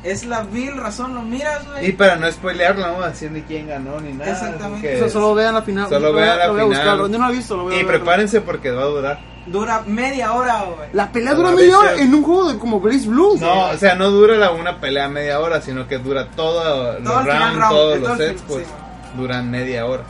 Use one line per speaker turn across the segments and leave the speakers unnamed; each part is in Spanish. Es la vil razón, lo miras,
Y
güey.
para no spoilear, no vamos a decir ni quién ganó ni nada.
Exactamente.
porque-
O sea, solo vean la final.
Solo
Lo voy a-
vean la
lo voy a buscar,
final.
Yo no lo he visto, lo voy a
Y
ver.
prepárense porque va a durar.
Dura media hora, güey.
La pelea
Para
dura
ver
media
si-
hora en un juego de como Blaze Blue.
No, o sea, no dura la una pelea media hora, sino que dura todo,
Todo
los
el final
rounds,
round,
todos
eh, todo
los
el
sets,
fin-
pues
sí,
duran media hora.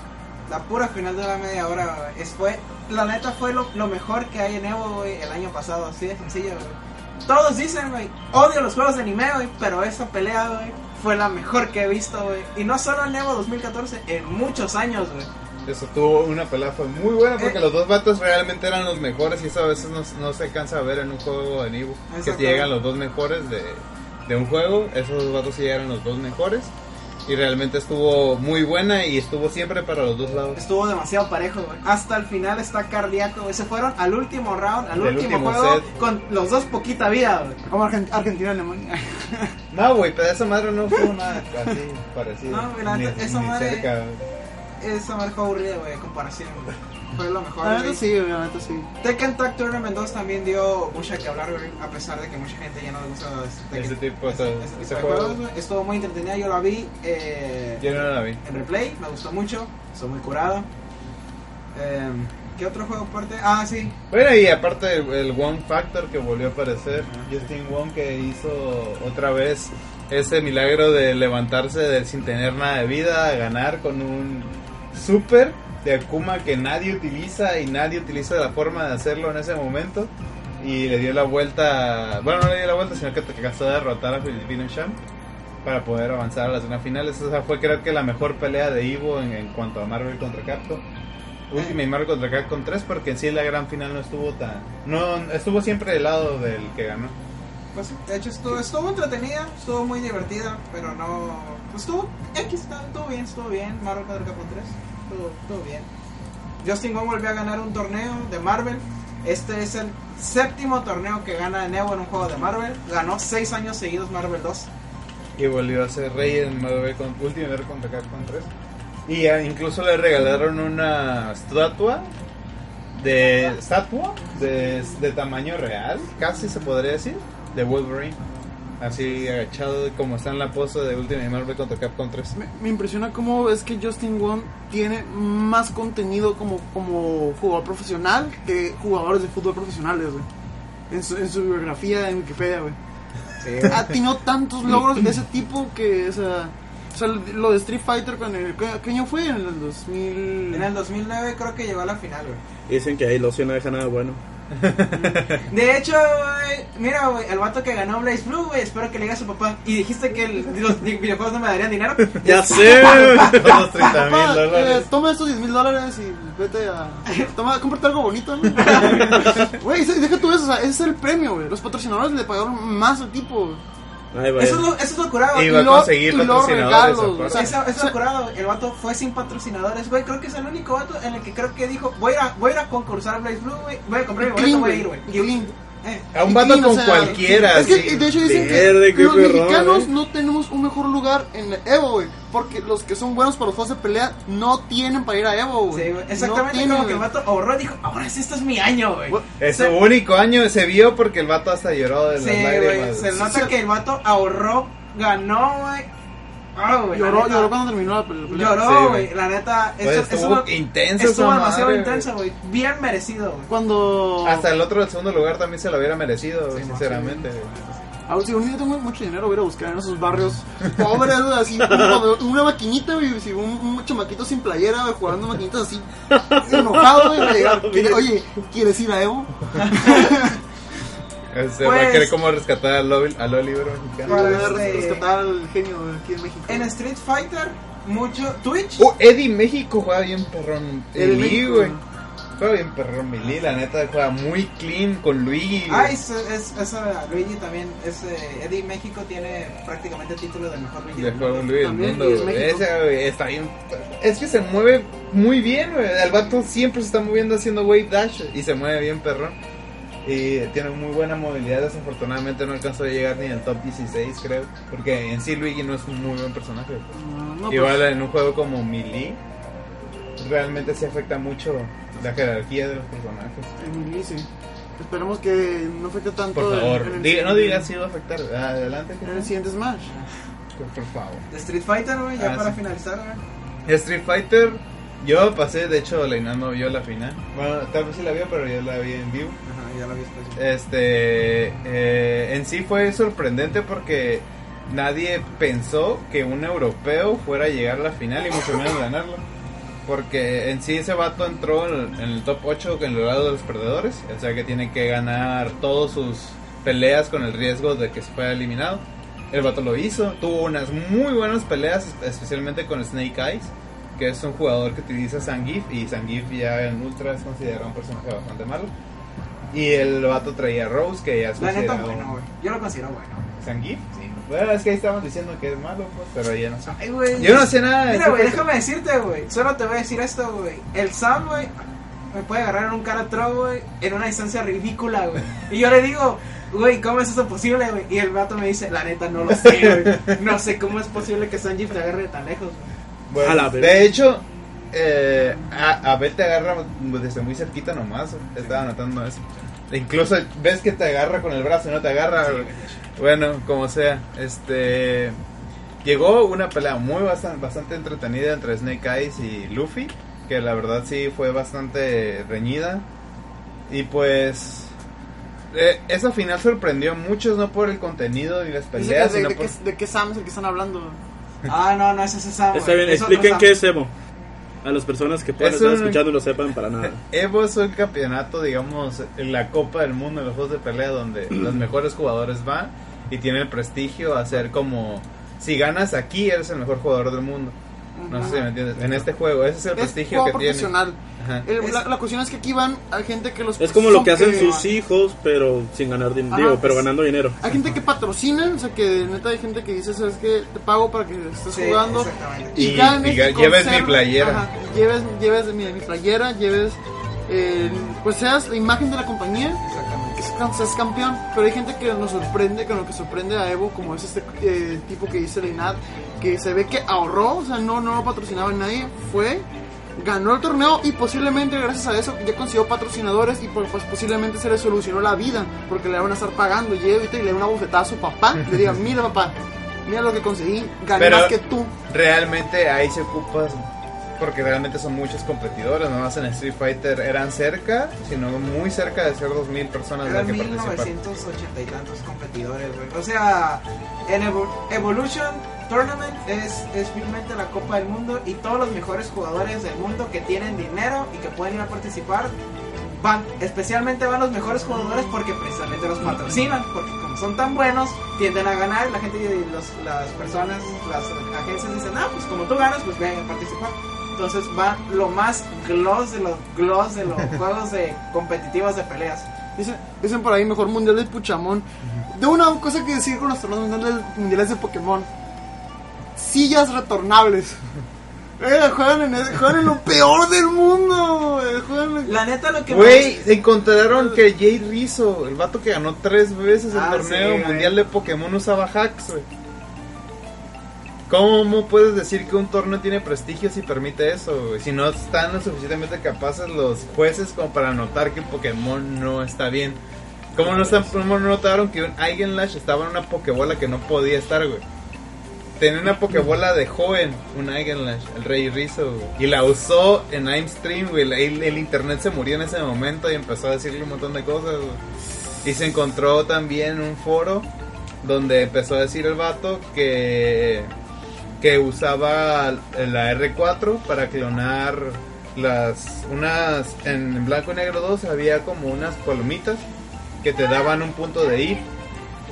La pura final dura media hora, güey. Es- fue- la neta fue lo, lo mejor que hay en Evo, güey, el año pasado, así de sencillo, güey. Todos dicen, güey, odio los juegos de anime, güey, pero esa pelea, güey, fue la mejor que he visto, güey. Y no solo en Evo 2014, en muchos años, güey.
Eso tuvo una pelea, fue muy buena
Eh.
porque los dos vatos realmente eran los mejores y eso a veces no, no se alcanza a ver en un juego de Evo. Que
Exacto.
llegan los dos mejores de, de un juego, esos dos vatos sí eran los dos mejores. Y realmente estuvo muy buena y estuvo siempre para los dos lados.
Estuvo demasiado parejo, güey. Hasta el final está cardíaco, güey. Se fueron al último round, al
Del
último,
último
juego,
set.
con los dos poquita vida, güey.
Como Argen- Argentina-Alemania.
No, güey, pero esa madre no fue nada así parecido.
No, güey, la
ni,
neta, esa
ni
madre-
cerca. güey.
Esa marca aburrida, güey, en comparación, güey. Fue lo mejor,
La neta
güey.
sí, güey, la neta sí.
Tekken Tag Tournament 2 también dio mucho que hablar, güey, a pesar de que mucha gente ya no le gusta este,
Ese
Tekken-
tipo, ese-
este tipo
ese
de
juego.
juegos, güey. Estuvo muy entretenida, yo la vi eh,
Yo no la vi.
en replay, me gustó mucho, estuvo muy curado. Em, ¿Qué otro juego aparte? Ah, sí,
Bueno, y aparte el, el One Factor que volvió a aparecer, Justin Wong que hizo otra vez ese milagro de levantarse de- sin tener nada de vida, a ganar con un super de Akuma que nadie utiliza y nadie utiliza la forma de hacerlo en ese momento. Y le dio la vuelta, bueno, no le dio la vuelta, sino que te alcanzó a derrotar a Filipino Champ para poder avanzar a la zona final. Esa fue creo que la mejor pelea de Ivo en, en cuanto a Marvel contra Capcom. Ultima y Marvel contra Capcom 3 porque en sí la gran final no estuvo tan... No, estuvo siempre del lado del que ganó.
Pues sí, de hecho estuvo, estuvo entretenida, estuvo muy divertida, pero no. Pues estuvo X, está- estuvo bien, estuvo bien. Marvel contra Capcom 3, estuvo, estuvo bien. Justin Wong volvió a ganar un torneo de Marvel. Este es el séptimo torneo que gana Neo en un juego de Marvel. Ganó seis años seguidos Marvel 2.
Y volvió a ser rey en Marvel con, Ultima y Marvel contra Capcom 3. Y eh, incluso le regalaron una estatua de... ¿Estatua? De, de tamaño real, casi se podría decir, de Wolverine. Así agachado como está en la pose de Ultima y Marvel contra Capcom 3.
Me, me impresiona cómo es que Justin Wong tiene más contenido como, como jugador profesional que jugadores de fútbol profesionales, güey. En su, en su biografía en Wikipedia, güey. Ha tenido tantos logros de ese tipo que, o sea, o sea, lo de Street Fighter con el... ¿Qué qué año fue? En el 2000...
En el 2009 creo que llegó a la final, güey.
Dicen que ahí Locio no deja nada bueno.
De hecho, güey, mira, güey, el vato que ganó Blaze Blue, güey, espero que le diga a su papá. Y dijiste que el- los videojuegos no me darían dinero.
¡Ya sé! güey.
Unos 30 mil
Papá, eh,
dólares.
toma estos 10 mil dólares y vete a. Toma, cómprate algo bonito, ¿no? Güey, se- deja tú eso, o sea, ese es el premio, güey. Los patrocinadores le pagaron más al tipo.
Ahí
Pues,
va.
Eso es lo, eso es lo curado, güey.
Y va a
lo-
conseguir
y lo
patrocinadores.
regalo,
aparte.
o sea,
Eso, eso lo curado, el vato fue sin patrocinadores, güey. Creo que es el único vato en el que creo que dijo: Voy a, ir a- voy a ir a concursar a Blaze Blue, güey. Voy a comprar mi boleto,
Clean,
voy a ir, güey.
Y clean.
Eh,
A un
Y
vato
clean, o
con
sea,
cualquiera.
Es que,
sí.
de hecho, dicen
Verde,
que
qué
los
perrón,
mexicanos
eh.
no tenemos un mejor lugar en la Evo, güey. Porque los que son buenos para los juegos de pelea no tienen para ir a Evo, güey.
sí, güey.
No
Exactamente
tienen,
como que el
güey.
vato ahorró y dijo: Ahora sí, este es mi año, güey.
Bu-
Es
Se-
su único año, se vio porque el vato hasta lloró de las
Sí, güey.
lágrimas.
Se nota
Sí, sí.
que el vato ahorró, ganó, güey. Ah, güey, la
Lloró,
neta.
lloró cuando terminó la pelea.
Lloró,
Sí,
güey.
güey.
la neta,
Pues
eso,
estuvo
eso-
intenso
estuvo
esa
demasiado
madre,
intenso, güey. Bien merecido, güey.
Cuando.
Hasta el otro del segundo lugar también se lo hubiera merecido, sinceramente.
A ver, si un niño tengo mucho dinero, voy a ir a buscar en esos barrios pobres, güey, así, un- una maquinita, güey, si un, un chamaquito sin playera, güey, jugando maquinitas así, enojado, güey, va a llegar, "Quiere- oye, ¿quieres ir a Evo?
Este,
Pues-
va a querer como rescatar al, Oli- al Oliver mexicano.
Pues-
Para res-
Este-
rescatar al genio de aquí en México.
En Street Fighter, mucho. Twitch.
Oh, Eddie México juega bien perrón.
El
Milí,
México.
güey. Juega bien perrón Milí, la neta juega muy clean con Luigi. güey.
Ah, es, es, es, eh, Luigi también. Es, eh, Eddie México tiene prácticamente el título de mejor Luigi.
De
del
Juego
mundo.
Luis del
También,
mundo,
y es
güey.
México.
Ese, güey, está bien. Es que se mueve muy bien, güey. El vato siempre se está moviendo haciendo wave dash y se mueve bien, perrón. Y tiene muy buena movilidad. Desafortunadamente no alcanzó a llegar ni al top 16, creo. Porque en sí Luigi no es un muy buen personaje. güey.
No, no,
Igual
pues,
en un juego como Melee, realmente se afecta mucho la jerarquía de los personajes.
en mi sí. Esperemos que no afecte tanto.
Por
en-
favor,
en el
diga- no
siguiente-
digas si va a afectar. Adelante,
En el siguiente Smash.
por favor.
De Street Fighter, güey, ya
Ah,
para
sí.
finalizar, güey.
Street Fighter, yo pasé, de hecho, Leinat no vio la final. Bueno, tal vez sí la vio, pero yo la vi en vivo.
Ajá, ya lo vi después.
Este, eh, en sí fue sorprendente porque nadie pensó que un europeo fuera a llegar a la final y mucho menos ganarla. Porque en sí ese vato entró en el, en el top 8 en el lado de los perdedores. O sea que tiene que ganar todas sus peleas con el riesgo de que se fuera eliminado. El vato lo hizo, tuvo unas muy buenas peleas, especialmente con Snake Eyes, que es un jugador que utiliza Sangif, y Sangif ya en Ultra es considerado un personaje bastante malo. Y el vato traía a Rose, que ya es
La neta,
considerado...
bueno, güey. Yo lo considero bueno.
¿Sangif? Sí. Bueno, es que ahí estábamos diciendo que es malo, pues, pero ya no sé.
Ay, güey.
Yo no sé nada de
Mira,
ese
güey,
juego.
déjame decirte, güey. Solo te voy a decir esto, güey. El Sam, güey, me puede agarrar en un cara atrás, güey, en una distancia ridícula, güey. Y yo le digo, güey, ¿cómo es eso posible, güey? Y el vato me dice, la neta, no lo sé, güey. No sé cómo es posible que Sanji te agarre de tan lejos, güey.
Bueno,
A la verga.
de hecho, eh, a, a Bel te agarra desde muy cerquita nomás. Estaba notando eso. E incluso ves que te agarra con el brazo y no te agarra. bueno, como sea. Este. Llegó una pelea muy bastante, bastante entretenida entre Snake Eyes y Luffy. Que la verdad sí fue bastante reñida. Y pues. eh, esa final sorprendió a muchos, no por el contenido y las
Pues
Dice
peleas,
que de,
sino
de
por.
qué, de qué Sam es el que están hablando? güey.
Ah, no, no es ese Sam, güey.
Está bien,
Es otro
expliquen
Sam.
qué es Emo. A las personas que puedan
Es
estar
un-
escuchando y no sepan para nada.
Evo es un campeonato, digamos, en la Copa del Mundo de los Juegos de Pelea, donde los mejores jugadores van y tienen el prestigio a ser como, si ganas aquí, eres el mejor jugador del mundo. No sé si me entiendes. En este juego, ese es el
Es
prestigio
juego
que tiene.
profesional.
Ajá.
El-
Es-
la, la cuestión es que aquí van a gente que los.
Es como lo que
son
hacen sus hijos, pero sin ganar
Ajá,
dinero, pero
pues,
ganando dinero.
Hay gente que patrocina, o sea, que neta hay gente que dice, ¿sabes qué? Te pago para que estés
Sí,
jugando.
exactamente.
Y-
ganes,
y ga-
conserves-
lleves mi playera.
ajá, lleves lleves mi, mi playera, lleves. eh, pues seas la imagen de la compañía.
Exactamente.
que seas seas campeón, pero hay gente que nos sorprende, con lo que sorprende a Evo, como es este eh, tipo que dice Leinat, que se ve que ahorró, o sea, no, no lo patrocinaba nadie, fue, ganó el torneo y posiblemente gracias a eso ya consiguió patrocinadores y por- pues, posiblemente se le solucionó la vida, porque le van a estar pagando, y ahorita y le da una bofetada a su papá, le diga, mira papá, mira lo que conseguí, gané
Pero-
más que tú.
Realmente ahí se ocupas, porque realmente son muchos competidores, nomás en Street Fighter eran cerca, sino muy cerca de ser 2.000 personas las
Eran
que participaron.
1980 y tantos competidores, güey. O sea, en Evo- Evolution Tournament es, es finalmente la Copa del Mundo y todos los mejores jugadores del mundo que tienen dinero y que pueden ir a participar van. Especialmente van los mejores jugadores porque precisamente los patrocinan, porque como son tan buenos, tienden a ganar. La gente, y los, las personas, las agencias dicen, ah, pues como tú ganas, pues ven a participar. Entonces van lo más gloss de los gloss de los juegos de competitivos de peleas.
Dicen, dicen por ahí, mejor mundial del Puchamón. De una cosa que decir con los torneos mundiales, mundiales de Pokémon. Sillas retornables. Eh, juegan, en, ese- juegan en lo peor del mundo. eh, juegan en-
La neta lo que
Güey, encontraron que Jay Rizzo, el vato que ganó tres veces el
Ah, sí,
torneo
güey.
mundial de Pokémon, usaba hacks, güey. ¿Cómo puedes decir que un torneo tiene prestigio si permite eso, güey? Si no están lo suficientemente capaces los jueces como para notar que Pokémon no está bien. ¿Cómo no, están, cómo no notaron que un Eigenlash estaba en una Pokébola que no podía estar, güey? Tenía una Pokébola de joven, un Eigenlash, el Rey Rizzo, güey, Y la usó en I'm Stream, güey. la- El, el internet se murió en ese momento y empezó a decirle un montón de cosas, güey. Y se encontró también un foro donde empezó a decir el vato que, que usaba la R4 para clonar las unas en blanco y negro 2 había como unas palomitas que te daban un punto de ir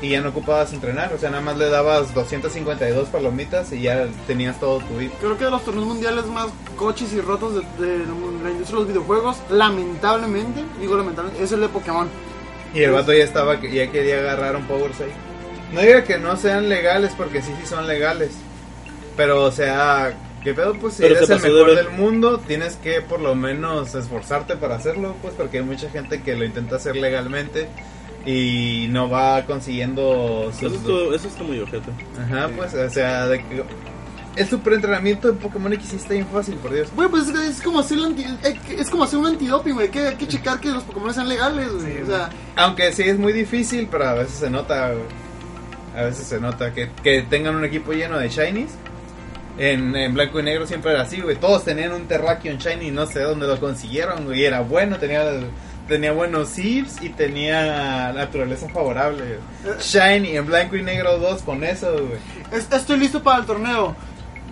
y ya no ocupabas entrenar, o sea, nada más le dabas 252 palomitas y ya tenías todo tu ir.
Creo que de los torneos mundiales más coches y rotos de, de la industria de los videojuegos, lamentablemente, digo lamentablemente, es el de Pokémon.
Y el vato ya estaba, que- ya quería agarrar un Power Save. No diga que no sean legales, porque sí, sí son legales. Pero, o sea, que pedo? Pues si
Pero
eres
se
el
pasó de
mejor
ver-
del mundo, tienes que por lo menos esforzarte para hacerlo, pues porque hay mucha gente que lo intenta hacer legalmente y no va consiguiendo
Eso,
sus...
estuvo- eso está muy objeto.
Ajá, pues, o sea, de que... El superentrenamiento en Pokémon X sí está bien fácil, por Dios.
Güey, pues es, es como hacer el anti- eh, es como hacer un antidoping, güey. Que hay que checar que los Pokémon sean legales, güey.
Sí,
o sea,
Aunque sí es muy difícil, pero a veces se nota. güey. A veces se nota que, que tengan un equipo lleno de shinies. En, en blanco y negro siempre era así, güey. Todos tenían un Terrakion shiny, no sé dónde lo consiguieron, güey. Era bueno, tenía, tenía buenos hips y tenía naturaleza favorable. güey. Shiny en blanco y negro 2 con eso, güey.
Es- Estoy listo para el torneo.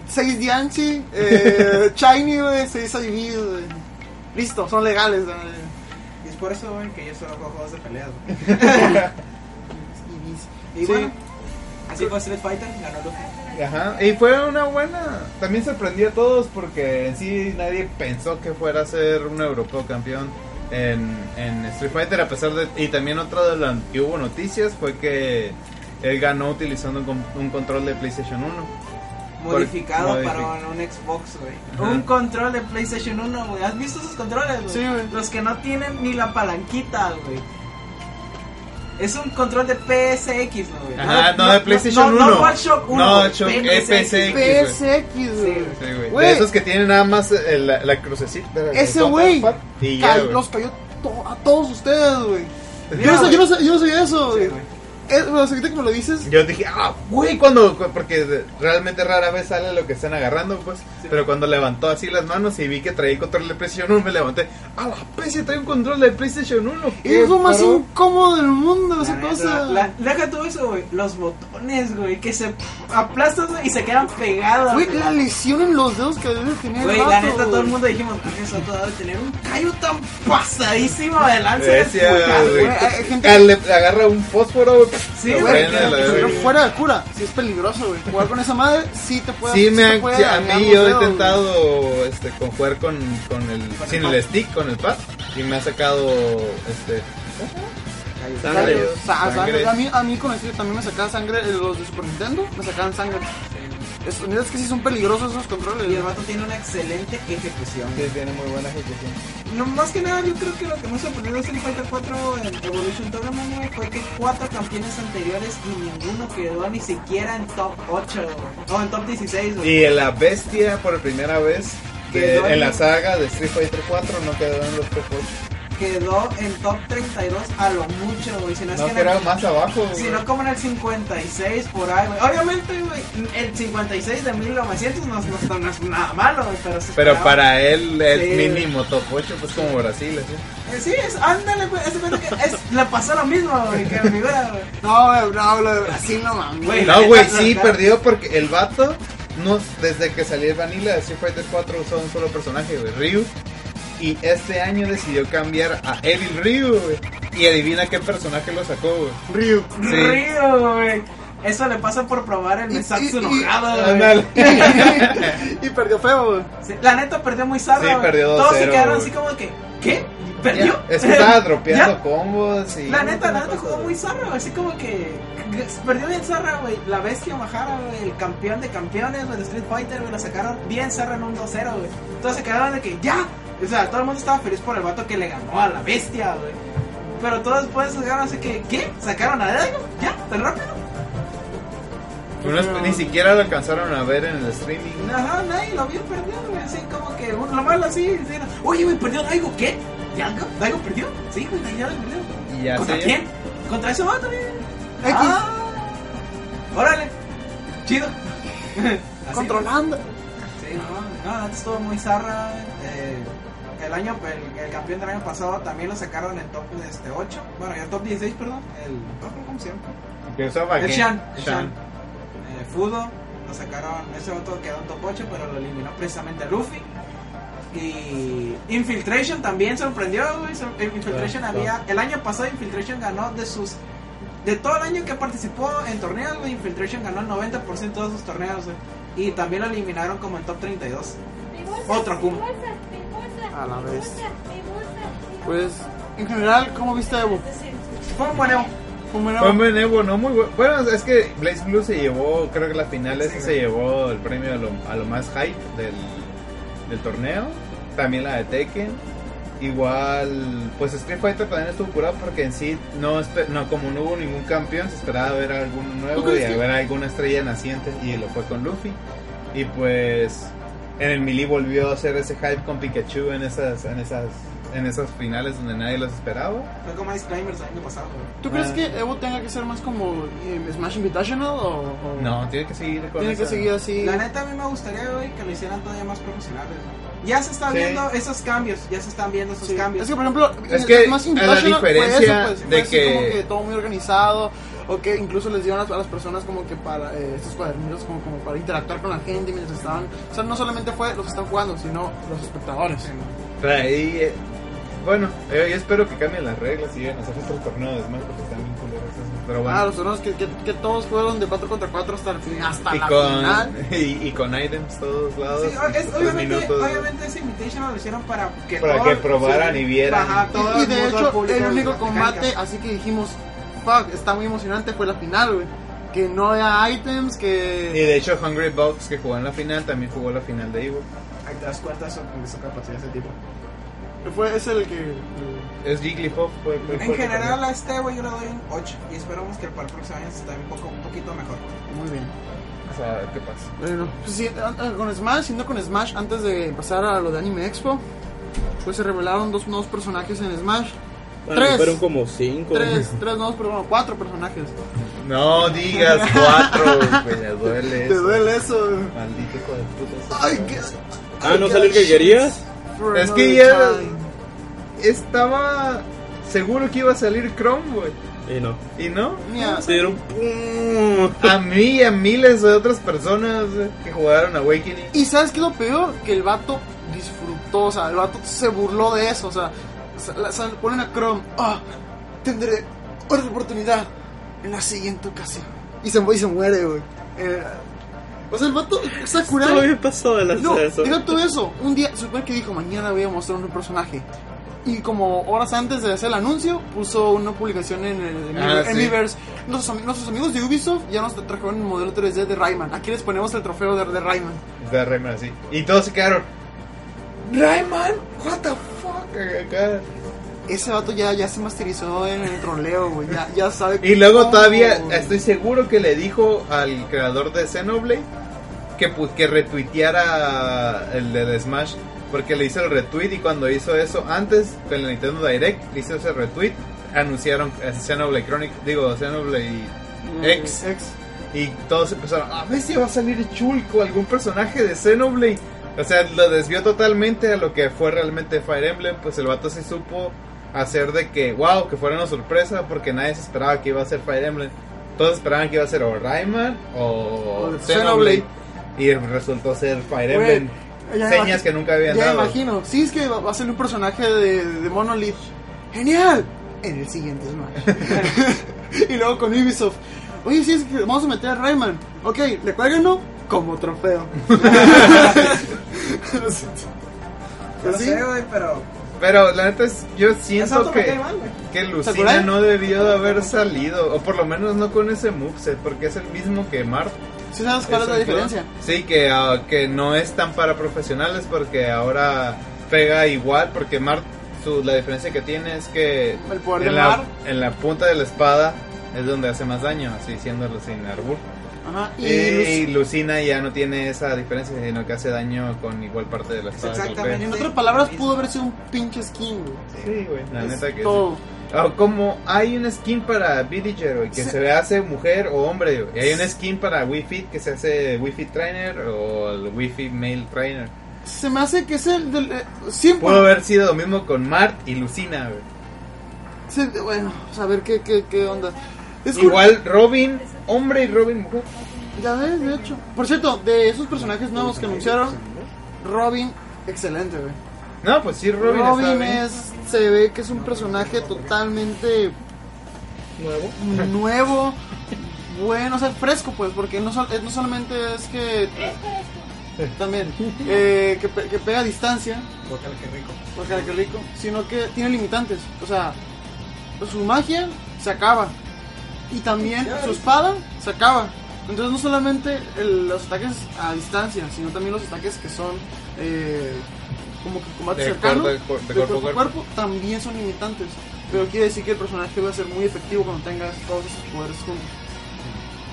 6 Dianchi, eh, Shiny, güey, 6 IVs, güey. Listo, son legales, güey.
Y es por eso, güey, que yo solo juego juegos de peleas, güey.
IVs.
Y
Sí.
bueno, Así fue Street Fighter, ganó Luffy.
Ajá, y fue una buena. También sorprendió a todos porque en sí nadie pensó que fuera a ser un europeo campeón en, en Street Fighter, a pesar de. Y también otra de las que hubo noticias fue que él ganó utilizando un, con- un control de PlayStation 1.
Modificado
Modifi-
para un Xbox, güey.
Ajá.
Un control de PlayStation 1, güey. ¿Has visto esos controles, güey?
Sí, güey.
Los que no tienen ni la palanquita, güey. Es un control de PSX, ¿no, güey?
Ajá, no, de PlayStation
no, No,
1.
DualShock 1.
No, eh,
güey,
Shock-
PSX.
PSX, güey.
Sí, güey.
Güey.
De esos que tienen nada más eh, la, la crucecita.
Ese
la-
güey
Y ya,
Ca-
güey.
los cayó to- a todos ustedes, güey. Yo,
Mira,
no, sa-
güey.
yo, no, sa- yo no sabía eso,
Sí,
güey.
güey.
Es- bueno, ahorita que me lo dices,
Yo dije, ah, güey, cuando. cu- Porque de- realmente rara vez sale lo que están agarrando, pues. Pero cuando levantó así las manos y vi que traía el control de PlayStation 1, me levanté. ¡Ah, la PC trae un control de PlayStation 1!
es lo más
Paró.
incómodo del mundo, esa
La
cosa.
neta, La, deja todo eso, güey. Los botones, güey, que se aplastan güey, y se quedan pegados.
Güey,
güey.
la lesión en los dedos que debe tener.
Güey,
el
la
vato,
neta, todo
güey.
el mundo dijimos, eso todo de tener un callo tan pasadísimo de lanza. de
Decía,
pulgar,
güey.
Güey, hay gente-
Ah, le le agarra un fósforo, güey.
Sí,
lo
güey,
Güey,
prende,
que-
la
que-
pero
verga.
fuera de cura, si es peligroso, güey. Jugar con esa madre, sí te puede.
Sí, me
te
han-
puede
sí, a
dañar
mí
los
yo he
dedos,
intentado este, con jugar con, con el, sin el,
pad.
stick, con el pad, y me ha sacado este,
güey.
sangre.
Sangre, sa-
Sangre.
sangre. A mí, a mí con el estilo también me sacaban sangre eh, los de Super Nintendo, me sacaban sangre. Es, neta, es que sí son peligrosos esos controles.
Y el vato tiene una excelente ejecución.
Sí, tiene muy buena ejecución.
No, más que nada, yo creo que lo que me sorprendió de Street Fighter 4 en Evolution Tournament, güey, fue que cuatro campeones anteriores y ninguno quedó ni siquiera en top 8, güey. O en top 16, güey.
Y la bestia por primera vez de-
Quedó
en la
en-
saga de Street Fighter 4 no quedó en los top ocho.
Quedó en top 32 a lo mucho, güey. Si no es
No,
que en
que era
el-
más abajo. güey.
Si no, como en el 56 por ahí, güey. Obviamente, güey, el 56 de 1900 no, no, no es nada malo, güey, pero... se
Pero
esperaba-
para él
Sí,
es
güey.
mínimo top 8, pues como Brasil. así.
Eh, Sí, es, ándale, güey, haz de cuenta que es, le pasó lo mismo, güey, que a Rivera, güey.
No, güey, no, lo de Brasil no mames.
Güey,
No, güey,
neta,
sí,
la-
perdió porque el vato, no, desde que salió el Vanilla de Street Fighter 4 usó un solo personaje, güey, Ryu. Y este año decidió cambiar a Evil Ryu, güey. Y adivina qué personaje lo sacó, güey.
Ryu.
Sí.
Río, güey. Eso le pasa por probar el Mesatsu
y-
enojado, güey.
Ándale.
y perdió feo, güey.
Sí, la neta perdió muy zarra,
Sí,
güey.
perdió
Todos se
2-0,
quedaron
güey.
así como que, ¿qué? ¿Perdió?
Es que estaba
Ya.
dropeando combos y...
La neta, la neta jugó muy zarra, güey. Así como que perdió bien zarra, güey. La bestia Majara, güey. El campeón de campeones, güey. De Street Fighter, güey. La sacaron bien zarra en un 2-0, güey. Todos se quedaron de que ya. O sea, todo el mundo estaba feliz por el vato que le ganó a la bestia, güey. Pero todos después se quedaron así que, ¿qué? ¿Sacaron a Dedo? ¿Ya? ¿Tan rápido?
Unos- ni siquiera lo alcanzaron a ver en el streaming.
Ajá, nadie lo vio perdido, güey. Así como que, bueno, lo malo así. así era, Oye, güey, perdió Daigo, ¿qué? ¿Daigo? ¿Daigo perdió? Sí, güey, Daigo perdió.
Y ya
¿Contra
se-
quién? ¿Contra ese vato, güey?
X.
Ah, órale, chido. Así,
Controlando.
Sí, no, no, antes estuvo muy zarra. eh, el año, el, el campeón del año pasado también lo sacaron en top este, 8. Bueno, ya top 16, perdón. El top, ¿cómo se llama?
Que usaba
El
qué?
Shan, el Shan. Eh, Fudo, lo sacaron, ese voto quedó en top 8, pero lo eliminó precisamente Luffy. Y Infiltration también sorprendió, güey. sor- eh, Infiltration
Claro,
había. El año pasado Infiltration ganó de sus. De todo el año que participó en torneos, güey, Infiltration ganó el 90% de todos sus torneos, güey. Y también lo eliminaron como en top 32.
Mi bolsa,
Otro
mi
Kuma.
bolsa, mi bolsa,
A la
mi
vez.
bolsa, mi bolsa, mi
Pues, en general, ¿cómo viste a Evo?
Fue un bueneo.
¿Cómo era?
Fue un buen Evo, ¿no? Muy bueno. Bueno, es que Blaze Blue se llevó, creo que la final es que se llevó el premio a lo, a lo más hype del, del torneo. También la de Tekken. Igual, pues Street Fighter también estuvo curado porque en sí, no, espe- no como no hubo ningún campeón, se esperaba ver alguno
¿Tú
nuevo y
crees que-
a ver alguna estrella naciente y lo fue con Luffy. Y pues en el Melee volvió a hacer ese hype con Pikachu en esas, en esas, en esas finales donde nadie los esperaba.
Fue como disclaimers el año pasado, güey.
¿Tú
Ah.
crees que Evo tenga que ser más como eh, Smash Invitational o, o-
No, tiene que seguir con
tiene que
esa-
seguir así?
La neta a mí me gustaría, güey, que lo hicieran todavía más profesionales. güey. Ya se están
Sí.
viendo esos cambios, ya se están viendo esos
Sí.
cambios.
Es que, por ejemplo,
Es que
Smash
la
Invitational fue
diferencia
eso, pues,
de
fue así
que-
como que todo muy organizado, o que incluso les dieron a las, a las personas como que para eh, estos cuadernitos como, como para interactuar con la gente mientras estaban... O sea, no solamente fue los que están jugando, sino los espectadores.
Pero ahí, eh, Bueno, eh, yo espero que cambien las reglas y lleguen a hacer otro torneo de Smash porque están bien culeros esos. Pero bueno.
Ah, los torneos que, que, que todos fueron de 4 contra 4 hasta, el fin- hasta
y,
la
con,
final.
y, y con items todos lados.
Sí, o- es-
tres
obviamente,
minutos.
obviamente ese Invitational lo hicieron para que,
Para
todo-
que probaran y vieran.
Ajá,
Y-
todo
Y de
mundo,
hecho,
público,
el
las
único
mecánicas.
combate, así que dijimos, fuck, está muy emocionante, fue la final, güey. Que no había items,
Y
que...
de hecho, Hungry Bucks que jugó en la final también jugó la final de Evo.
Ahí te das cuenta de su, de su capacidad de ese tipo.
Fue, es el que... eh,
Es Jigglypuff. Fue, fue- fue-
En general a este güey yo le doy un 8 y esperamos que el para el próximo año esté un, poco, un poquito mejor.
Muy bien.
O sea, a ver qué pasa.
Bueno, pues sí, an- an- con Smash, siendo con Smash, antes de pasar a lo de Anime Expo, pues se revelaron dos nuevos personajes en Smash. tres,
Fueron como cinco.
tres, tres nuevos, pero bueno, cuatro personajes.
No digas cuatro, güey. Me duele.
Te
eso.
duele eso. güey.
Maldito hijo de puta.
Ay, qué...
Ah, ¿no salió el que querías?
For
Es que
another
ya-
time.
Estaba seguro que iba a salir Chrome, güey.
Y no.
¿Y no?
Mira,
Se dieron. ¡pum!
A mí y a miles de otras personas güey, que jugaron Awakening.
Y sabes qué es lo peor? Que el vato disfrutó, o sea, el vato se burló de eso, o sea, sa- la- sa- ponen a Chrome, ah, tendré otra oportunidad en la siguiente ocasión. Y se, mu- y se muere, güey. Eh, o sea, el vato, Sakurai.
Todo bien pasado de
No,
lanzar eso.
diga todo eso. Un día, se supone que dijo, mañana voy a mostrar un personaje. Y como horas antes de hacer el anuncio, puso una publicación en el en
Ah,
Miiver-
sí.
en Miiverse. Nuestros, ami- nuestros amigos de Ubisoft ya nos trajeron el modelo 3D de Rayman. Aquí les ponemos el trofeo de, de Rayman.
De Rayman así. Y todos se quedaron. Rayman, what the fuck. Acá.
Ese vato ya, ya se masterizó en el troleo, güey. Ya, ya sabe
Y luego
cómo,
todavía
güey.
estoy seguro que le dijo al creador de Xenoblade que, pu- que retuiteara el de Smash. Porque le hizo el retweet y cuando hizo eso antes con la Nintendo Direct, le hizo ese retweet, anunciaron eh, Xenoblade Chronic, digo Xenoblade
Eh,
X. Y todos empezaron, a ver si va a salir Chulco, algún personaje de Xenoblade. O sea, lo desvió totalmente a lo que fue realmente Fire Emblem. Pues el vato se supo hacer de que, wow, que fuera una sorpresa porque nadie se esperaba que iba a ser Fire Emblem. Todos esperaban que iba a ser o Rayman o
O
Xenoblade.
Xenoblade.
Y resultó ser Fire
Güey,
Emblem.
ya
Señas
imagi-
que nunca habían
Ya
dado.
imagino. Sí, es que va va a ser un personaje de, de Monolith. ¡Genial! En el siguiente Smash. y luego con Ubisoft. Oye, sí, es que vamos a meter a Rayman. Ok, le cuélguenlo como trofeo. Pues
Yo
¿Ah, ¿Sí?
sé, güey, pero...
Pero la neta es, yo
Ese
siento
auto me
que.
cae mal, güey.
Que Lucina
¿Sakurai?
no debió de haber salido, o por lo menos no con ese moveset, porque es el mismo que Mart.
¿Sí sabes cuál es la
Exacto.
diferencia?
Sí, que, ah, que no es tan para profesionales porque ahora pega igual, porque Mart, su, la diferencia que tiene es que
El poder
en,
de
la,
Mart.
en la punta de la espada es donde hace más daño, así siéndolo sin árbol.
Ajá.
Y,
Y
eh, Lucina ya no tiene esa diferencia, sino que hace daño con igual parte de la espada. que le pega.
Exactamente.
en otras palabras, pudo haber sido un pinche skin, güey.
Sí, güey, la
Es
neta que sí.
todo.
O Ah, como hay una skin para Villager, güey, que
Sí.
se hace mujer o hombre, güey. Y hay una skin para Wii Fit que se hace Wii Fit Trainer o el Wii Fit Male Trainer.
Se me hace que es el del. eh, siempre.
Pudo haber sido lo mismo con Mart y Lucina, güey.
Sí, bueno, a ver qué, qué, qué onda. Es cur-
Igual Robin, hombre y Robin mujer.
Ya ves, de hecho. Por cierto, de esos personajes nuevos que anunciaron, Robin, excelente, güey.
No, pues sí, Robin,
Robin,
está bien.
es, se ve que es un personaje totalmente nuevo, nuevo, bueno, o sea, fresco, pues, porque no, sol- no solamente es que también eh, que, pe- que pega a distancia,
Guácala, qué rico.
porque era que rico, sino que tiene limitantes, o sea, su magia se acaba y también su espada se acaba. Entonces no solamente el- los ataques a distancia, sino también los ataques que son eh, como que combate
De
cercano,
cuerpo- de cuerpo a
de cuerpo a
cuerpo.
cuerpo, también son limitantes. Pero quiere decir que el personaje va a ser muy efectivo cuando tenga todos esos poderes juntos.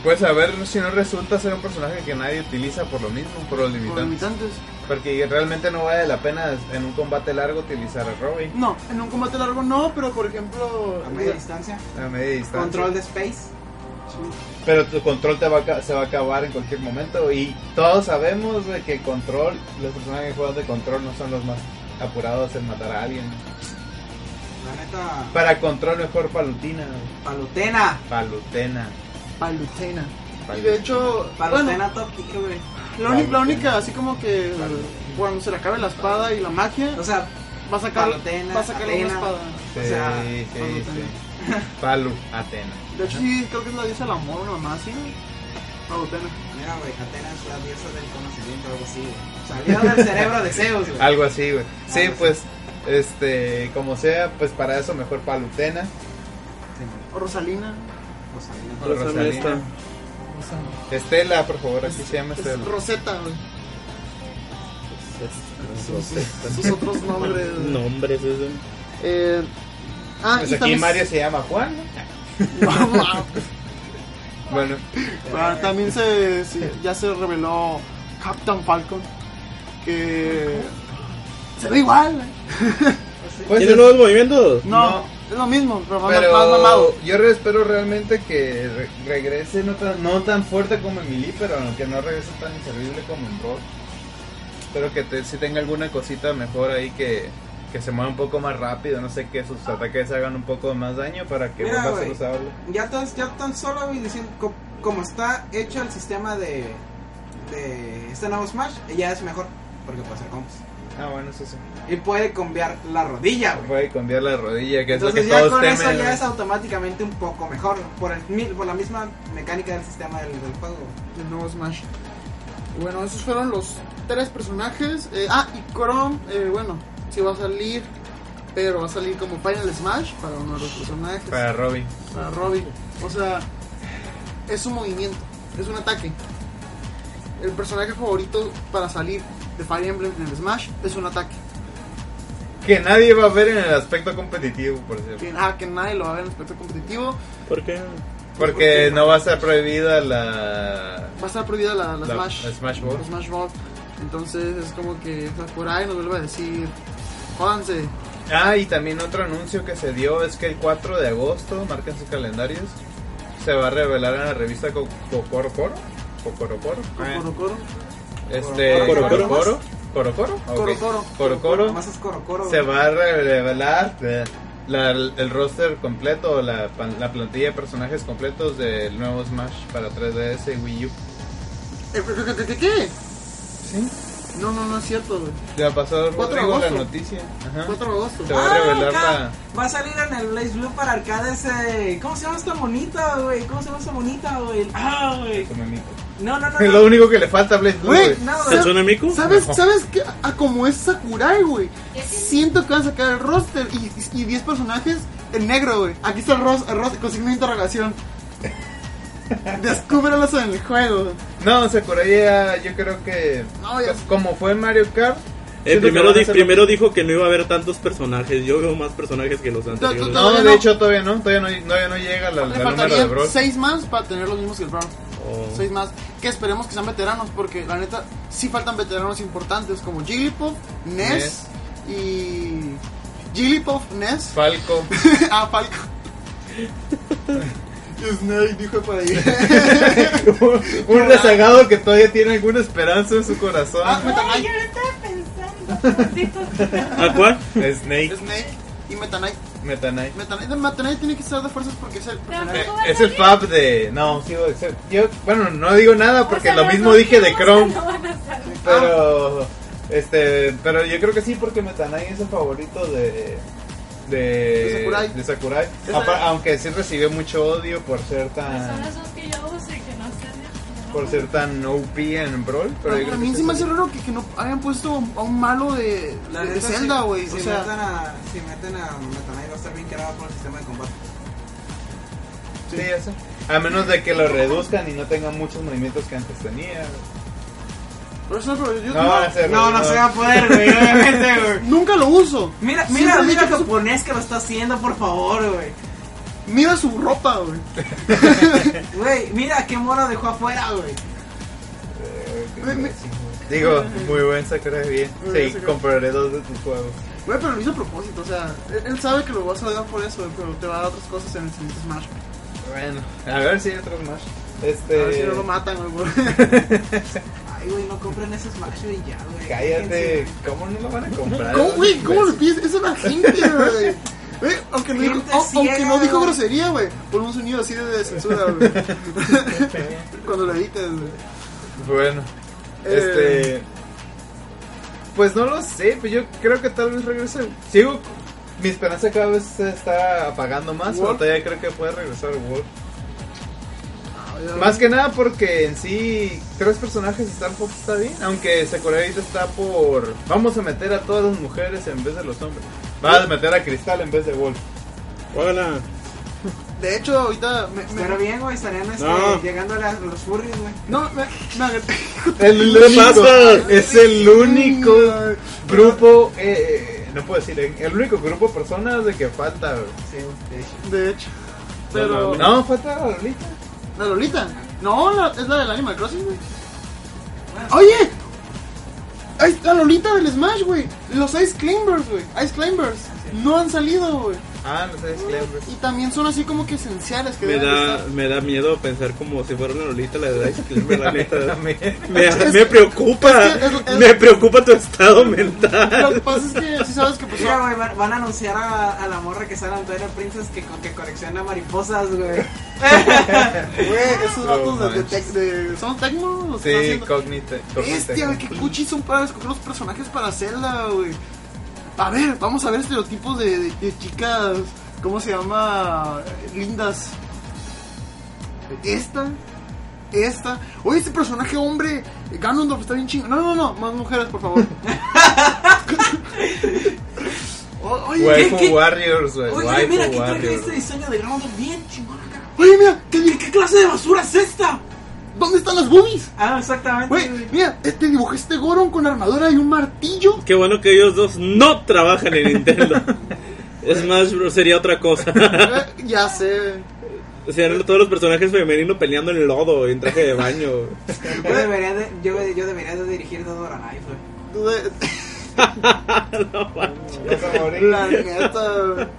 Pues a ver si no resulta ser un personaje que nadie utiliza por lo mismo, por los
Por
limitantes.
limitantes.
Porque realmente no vale la pena en un combate largo utilizar a Robin
No, en un combate largo no, pero por ejemplo...
A media distancia.
a media distancia.
Control de space.
Pero tu control te va a ca- se va a acabar en cualquier momento y todos sabemos de que control, los personajes que juegan de control no son los más apurados en matar a alguien.
La neta...
Para control mejor palutina,
Palutena.
palutena.
Palutena. Y
Palutena.
de hecho... bueno,
Palutena top kick, güey.
La, uni- la única, así como que cuando se le acabe la espada y la magia,
O sea,
Va a sacar,
Palutena,
va a sacar una
Atena.
espada.
Sí,
O sea,
sí,
Palutena.
sí. Palu, Atena.
De hecho, sí, creo que es la diosa del amor, una mamá así. Palutena.
Mira, güey, Atena es la diosa del conocimiento, algo así, güey. Salió del cerebro de Zeus, güey.
Algo así, güey. Sí,
Algo así.
pues, este, como sea, pues para eso mejor Palutena.
Sí, güey.
O Rosalina.
O sea, no.
Rosalina. Estela, por favor, así se llama
Es
Estela.
Rosetta, güey. Sus otros nombres. güey.
Nombres, eso.
Eh, ah,
Pues
y
aquí
también,
Mario se llama Juan. ¿no? Bueno,
Ah, también se, se- ya se reveló Captain Falcon. Que se ve igual. güey.
pues
¿Tiene
es-
nuevos movimientos?
No,
No.
es lo mismo, pero más, más mamado.
pero yo re- espero realmente que re- regrese no tan, no tan fuerte como en Mili, pero que no regrese tan inservible como en Rock. Espero que te- si tenga alguna cosita mejor ahí que, que se mueva un poco más rápido, no sé, que sus ataques hagan un poco más daño para que
Mira,
vuelva a ser
güey.
usable.
Ya tan, ya tan solo, güey, diciendo, co- como está hecho el sistema de, de este nuevo Smash, ya es mejor, porque puede hacer combos.
Ah, bueno, eso sí.
Y puede cambiar la rodilla, güey.
Puede cambiar la rodilla, que es
Entonces
lo que
ya
todos
con
temen.
eso ya
güey.
es automáticamente un poco mejor, por, el, mi- por la misma mecánica del sistema del, del juego.
El nuevo Smash. Y Bueno, esos fueron los tres personajes. Eh, ah, y Chrome, eh, bueno, sí va a salir, pero va a salir como Final Smash para uno de los personajes.
Para Robbie.
para Robin. O sea, es un movimiento, es un ataque. El personaje favorito para salir de Fire Emblem en el Smash es un ataque.
Que nadie va a ver en el aspecto competitivo, por cierto.
Que, ah, que nadie lo va a ver en el aspecto competitivo.
¿Por qué?
Porque no va a ser prohibida la...
Va a estar prohibida la, la
La-
Smash,
la Smash Ball.
la Smash Ball. Entonces es como que Sakurai nos vuelve a decir: Jódanse.
Ah, y también otro anuncio que se dio es que el 4 de agosto, marquen sus calendarios, se va a revelar en la revista Co- Cocoro Coro. Cocoro Coro.
Coro, coro, Ah,
Este.
Coro Coro.
Coro Coro. Coro Coro.
Coro
ok.
Coro.
Coro Coro.
Además es coro coro.
Se
Eh,
güey.
va a revelar eh, la- el roster completo, la, pan- la plantilla de personajes completos del nuevo Smash para 3DS y Wii U.
Eh, pero, ¿qué- qué- ¿Qué?
Sí.
No, no, no es cierto, güey.
Ya pasó
Cuatro de
Rodrigo la
agosto.
noticia. Ajá.
4 de agosto.
Se va a revelar
Ah, acá.
la.
Va a salir en el Blaze Blue para arcades. eh, ¿Cómo se llama esta monita, güey? ¿Cómo se llama esta monita, güey? Ah, güey.
Su memico.
No, no, no.
Es
no.
lo único que le falta a Blaze Blue,
Güey,
güey.
No,
¿El
¿Sabes-
Tsunamiku?
Eh,
¿Sabes, ¿Sabes que a como es Sakurai, güey?
¿Qué tiene?
Siento que van a sacar el roster y, y 10 personajes en negro, güey. Aquí está el roster, el roster con signo de interrogación. Descúbrelos en el juego.
No, Sakurai ya, yo creo que
No, ya-
pues, como fue en Mario Kart,
Eh,
siento que
primero,
van a
di-
hacer-
primero dijo que no iba a haber tantos personajes. Yo veo más personajes que los anteriores.
no,
Todavía
de
no.
hecho todavía no, todavía no, todavía no llega la,
Le
la número de
faltarían
Bros.
6 más para tener los mismos que el Brown.
Oh.
6 más. Que esperemos que sean veteranos, porque la neta, sí faltan veteranos importantes como Jigglypuff, Ness y. Jigglypuff, Ness.
Falco,
ah, Falco. Snake dijo por ahí.
un rezagado que todavía tiene alguna esperanza en su corazón.
Ah, Meta
Ay,
Knight.
yo lo estaba pensando. pobrecito.
¿A cuál?
Snake,
Snake y Meta Knight.
Meta Knight.
Meta Knight, Meta Knight tiene que estar de fuerzas porque es el personaje.
Eh,
¿Cómo va a
Es el
salir?
fab de. No, sí, o sea, yo, bueno, no digo nada porque
O sea,
lo
los
mismo
dos
dije de
nuevos
Chrome.
no van a salir.
Ah.
Pero este, pero yo creo que sí porque Metanai es el favorito de de,
De Sakurai.
de Sakurai.
Esa-
Apa- aunque sí recibió mucho odio por ser
Son
tan
los dos que yo uso y que no salen.
por ser tan OP en Brawl, pero
Pero
yo creo
Ah, a
que
mí
sí
se me hace
recibió.
raro que, que no hayan puesto a un malo de,
La
de
neta, si-
Zelda, güey.
Si,
o sea,
meten a, si meten a Metanai va a estar bien creado por el sistema de combate.
Sí, ya sé. A menos de que lo reduzcan y no tenga muchos movimientos que antes tenía.
pero eso, pero yo
No van a hacer
No, no se va a poder, güey, obviamente, güey.
nunca lo uso.
Mira,
Siempre
mira,
he
mira
dicho que su-
japonés que lo está haciendo, por favor, güey.
Mira su ropa, güey.
Güey, mira qué mora dejó afuera, güey.
me-
Digo, muy buen Sakurai, bien.
Ah. Muy buen
Sí,
Sakurai.
compraré dos de tus juegos.
Güey, pero lo hizo a propósito. O sea, él, él sabe que lo vas a dar por eso, güey, pero te va a dar otras cosas en el siguiente Smash.
Bueno, a ver si hay otros más.
A
Este
ver si no lo matan, güey.
Ay, güey, no compren ese Smash, güey, ya, güey.
Cállate, ¿cómo no lo van a comprar?
¿Cómo, güey? ¿Cómo le pides? Es una gente, güey. Güey, aunque no, dijo,
Gente
au- aunque no
ciega,
dijo
güey.
grosería, güey. Por un sonido así de censura, güey. Cuando lo editas, güey.
Bueno,
Eh.
este. Pues no lo sé, pero yo creo que tal vez regrese. Sigo. Mi esperanza cada vez se está apagando más, pero
Wolf.
todavía creo que puede regresar Wolf.
Ah, ya.
Más que nada porque en sí tres personajes Star Fox está bien, aunque Sakuraiita está por vamos a meter a todas las mujeres en vez de los hombres. Vas a meter a Cristal en vez de Wolf.
Hola.
De hecho, ahorita me, me-
Pero bien, güey, estarían este,
No.
llegando a las- los furries, güey.
No, me, me agre-
El
¿Qué pasa?
es el único grupo eh, eh, no puedo decir eh, el único grupo de personas de que falta. güey.
Sí, güey, de
De
hecho.
hecho. Pero.
No, falta la Lolita.
¿La Lolita? No, la- es la del Animal Crossing, güey. Oye. Ahí está la Lolita del Smash, güey. Los Ice Climbers, güey. Ice Climbers. No han salido, güey.
Ah, no sé, es
Y también son así como que esenciales que
Me
deben de
da,
estar.
me da miedo pensar como si fuera una lolita la de Ice Climber, la neta.
También.
Me,
Es-
me preocupa,
es que es- es-
me preocupa tu estado mental.
Lo que pasa es que sí sabes que pues
Mira, güey, van, van a anunciar a, a la morra que sale Antonio Princess que, co- que colecciona mariposas, güey.
Güey, esos
No
datos de,
manches.
tec- de- ¿Son Tecmo? Los que
Sí,
están haciendo.
Cognite.
Bestia, güey, qué cuchis son para escoger los personajes para Zelda, güey. A ver, vamos a ver estereotipos de, de- de chicas, ¿cómo se llama? Lindas. Esta, esta. Oye, este personaje hombre, Ganondorf, está bien chingo. No, no, no, más mujeres, por favor. O- oye,
Waifu
¿Qué- qué?
Warriors, güey.
Oye,
Waifu
mira, aquí
Warriors.
traje este diseño de grano bien chingón acá.
oye, mira, qué
¿Qué,
bien-
qué clase de basura es esta?
¿dónde están las boobies?
Ah, exactamente.
Güey,
güey.
mira, este dibujé este Goron con armadura y un martillo.
Qué bueno que ellos dos no trabajan en Nintendo. Smash Bros. sería otra cosa.
Eh, ya sé.
Serían todos los personajes femeninos peleando en lodo, en traje de baño.
Yo debería de, yo, yo debería de dirigir Dodora Knife, güey.
Dude,
Vas a morir.
La neta.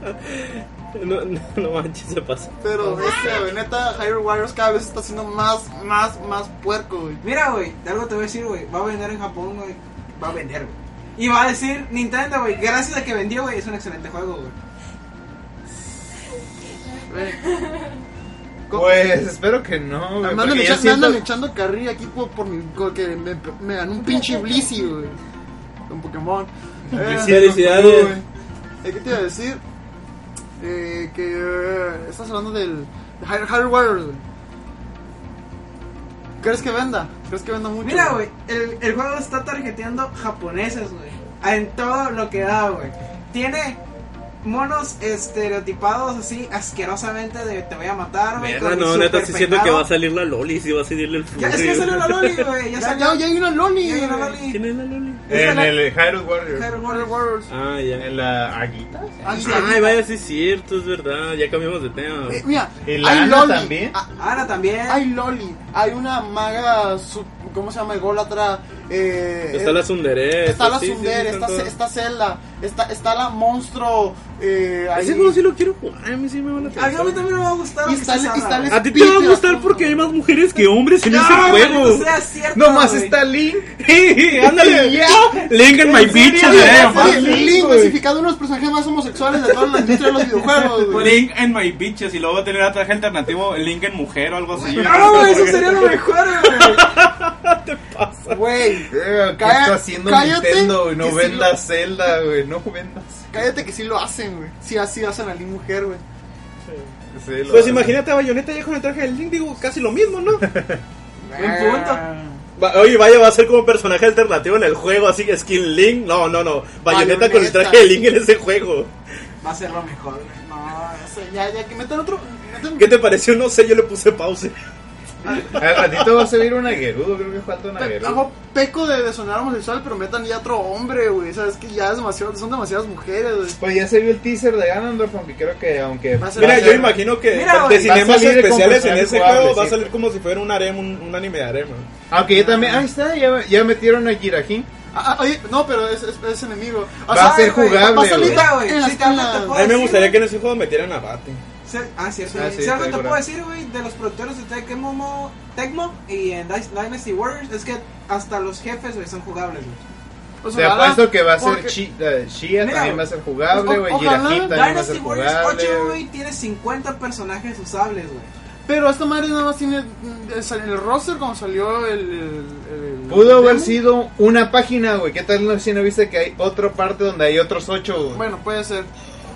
No, no, no manches, se pasa.
Pero, este, güey, neta, Hyrule Warriors cada vez está siendo más, más, más puerco, güey.
Mira, güey, de algo te voy a decir, güey. Va a vender en Japón, güey. Va a vender, güey. Y va a decir Nintendo, güey. Gracias a que vendió, güey. Es un excelente juego, güey.
Pues espero que no, güey.
Además, me,
porque yo
echa- me
siento-
andan echando carril aquí por, por mi. Porque me, me dan un pinche Blissey, güey. Con Pokémon.
yo
Eh,
siento
Felicidades.
que no,
eh, ¿Qué te iba a decir? Eh, que. eh, estás hablando del. de Hy- Hyrule Warriors, güey. ¿Crees que venda? ¿Crees que venda mucho?
Mira, güey. El, el juego está tarjeteando japoneses, güey. En todo lo que da, güey. Tiene monos estereotipados así asquerosamente de te voy a matar, güey.
Mierda,
con mi
no, neta, estoy diciendo que
superpeinado.
va a salir la Loli, si va a salirle el
Ya, es que salió la Loli, güey.
Ya,
Ya salió
ya, ya hay una Loli.
ya hay una
güey.
Loli.
¿Quién es la Loli?
En el Hyrule
Hyrule
Warriors.
Hyrule Warriors.
Ah, ya.
En la Aguita.
Ah, sí.
Ay, vaya, sí es cierto, es verdad. Ya cambiamos de tema.
Eh, Mira,
¿Y la
hay
Ana
Loli.
también?
Ah,
Ana también.
Hay Loli. Hay una maga. su- ¿Cómo se llama? Ególatra. Eh,
Está la
eh,
Sundere.
Está la
sí, sí, sí,
Sundere,
están
está,
todas.
Ce- está Zelda, está, está la monstruo. Eh, ahí.
Ese juego sí lo quiero jugar, a mí sí me van a
A mí a mí
atención.
también me va a gustar.
Y
aunque
está-
sea
y está
raro.
el-
A ti te va a gustar
Espíritu.
porque hay más mujeres que hombres en ese
No,
pues,
juego.
maldito sea cierto,
No más
güey.
está Link.
¡Eh, ándale! Link and my eh, bitch.
Sí,
Lea,
sí,
más
sí,
Link,
Link,
güey.
clasificado uno de los personajes más homosexuales de toda la industria de los videojuegos. güey.
Link and My Bitches y luego va a tener a traje alternativo Link en mujer o algo así.
No, güey, eso sería lo mejor, güey.
Güey,
Eh, ¿Qué
Cá-
está haciendo
cállate,
Nintendo, güey?
que
No
sí
vendas
lo-
Zelda, güey. No vendas.
cállate que sí lo hacen, güey. Sí, así hacen a Link mujer, güey.
Sí, lo-
Pues imagínate a Bayonetta ya con el traje del Link, digo, casi lo mismo, ¿no?
Ah,
Buen punto.
Va- oye, vaya, va a ser como un personaje alternativo en el juego, así que skin Link. No, no, no. Bayonetta, con el
Bayonetta.
traje de Link en ese juego.
Va a ser lo mejor, güey. No,
O sea, ya, ya, que meter otro. meter-
¿Qué te pareció? No sé, yo le puse pause.
Al ratito va a subir un aguerudo. Creo que falta un
eh?
aguerudo.
Hago peco de, de sonar homosexual, pero metan ya otro hombre, güey. Sabes que ya es demasiado, son demasiadas mujeres, güey.
Pues ya se vio el teaser de Ganondorf, aunque creo que aunque
Va a ser-
Mira,
Va a
yo
ser-
imagino que
Mira, güey.
de
Va a
cinemas
salir con
especiales en
personajes
ese
jugables,
juego va a
sí.
salir como si fuera un harem, un, un anime de harem. ¿no?
Aunque ya Ah, también, ahí está, ya, ya metieron a Jirajin.
Ah, ah, oye, no, pero es, es- es enemigo.
Va a ser jugable,
Va a salir
güey.
en las
Sí, te hablo, te
calas.
puedo-
A mí me
Ah, sí,
gustaría
güey.
que en ese juego metieran a Bate.
Se- Ah, cierto.
Ah,
güey.
sí,
Si algo
estoy
te
por
puedo
ahí.
decir, güey, de los productores de Tecmo, Tecmo y en Dy- Dynasty Warriors, es que hasta los jefes, güey, son jugables, güey.
Pues,
Te
ojalá,
apuesto que va a ser
porque-
chi- eh, Shia,
Mira,
también va a ser jugable,
o-
güey.
ojalá
Jirajin también va a ser
Dynasty Warriors
jugable.
8,
güey.
güey, tiene 50 personajes usables, güey.
Pero esta madre nada más tiene mm, es el roster cuando salió el. el- el-
Pudo
el
haber
demo.
sido una página, güey. ¿Qué tal no- si no viste que hay otra parte donde hay otros ocho, güey?
Bueno, puede ser.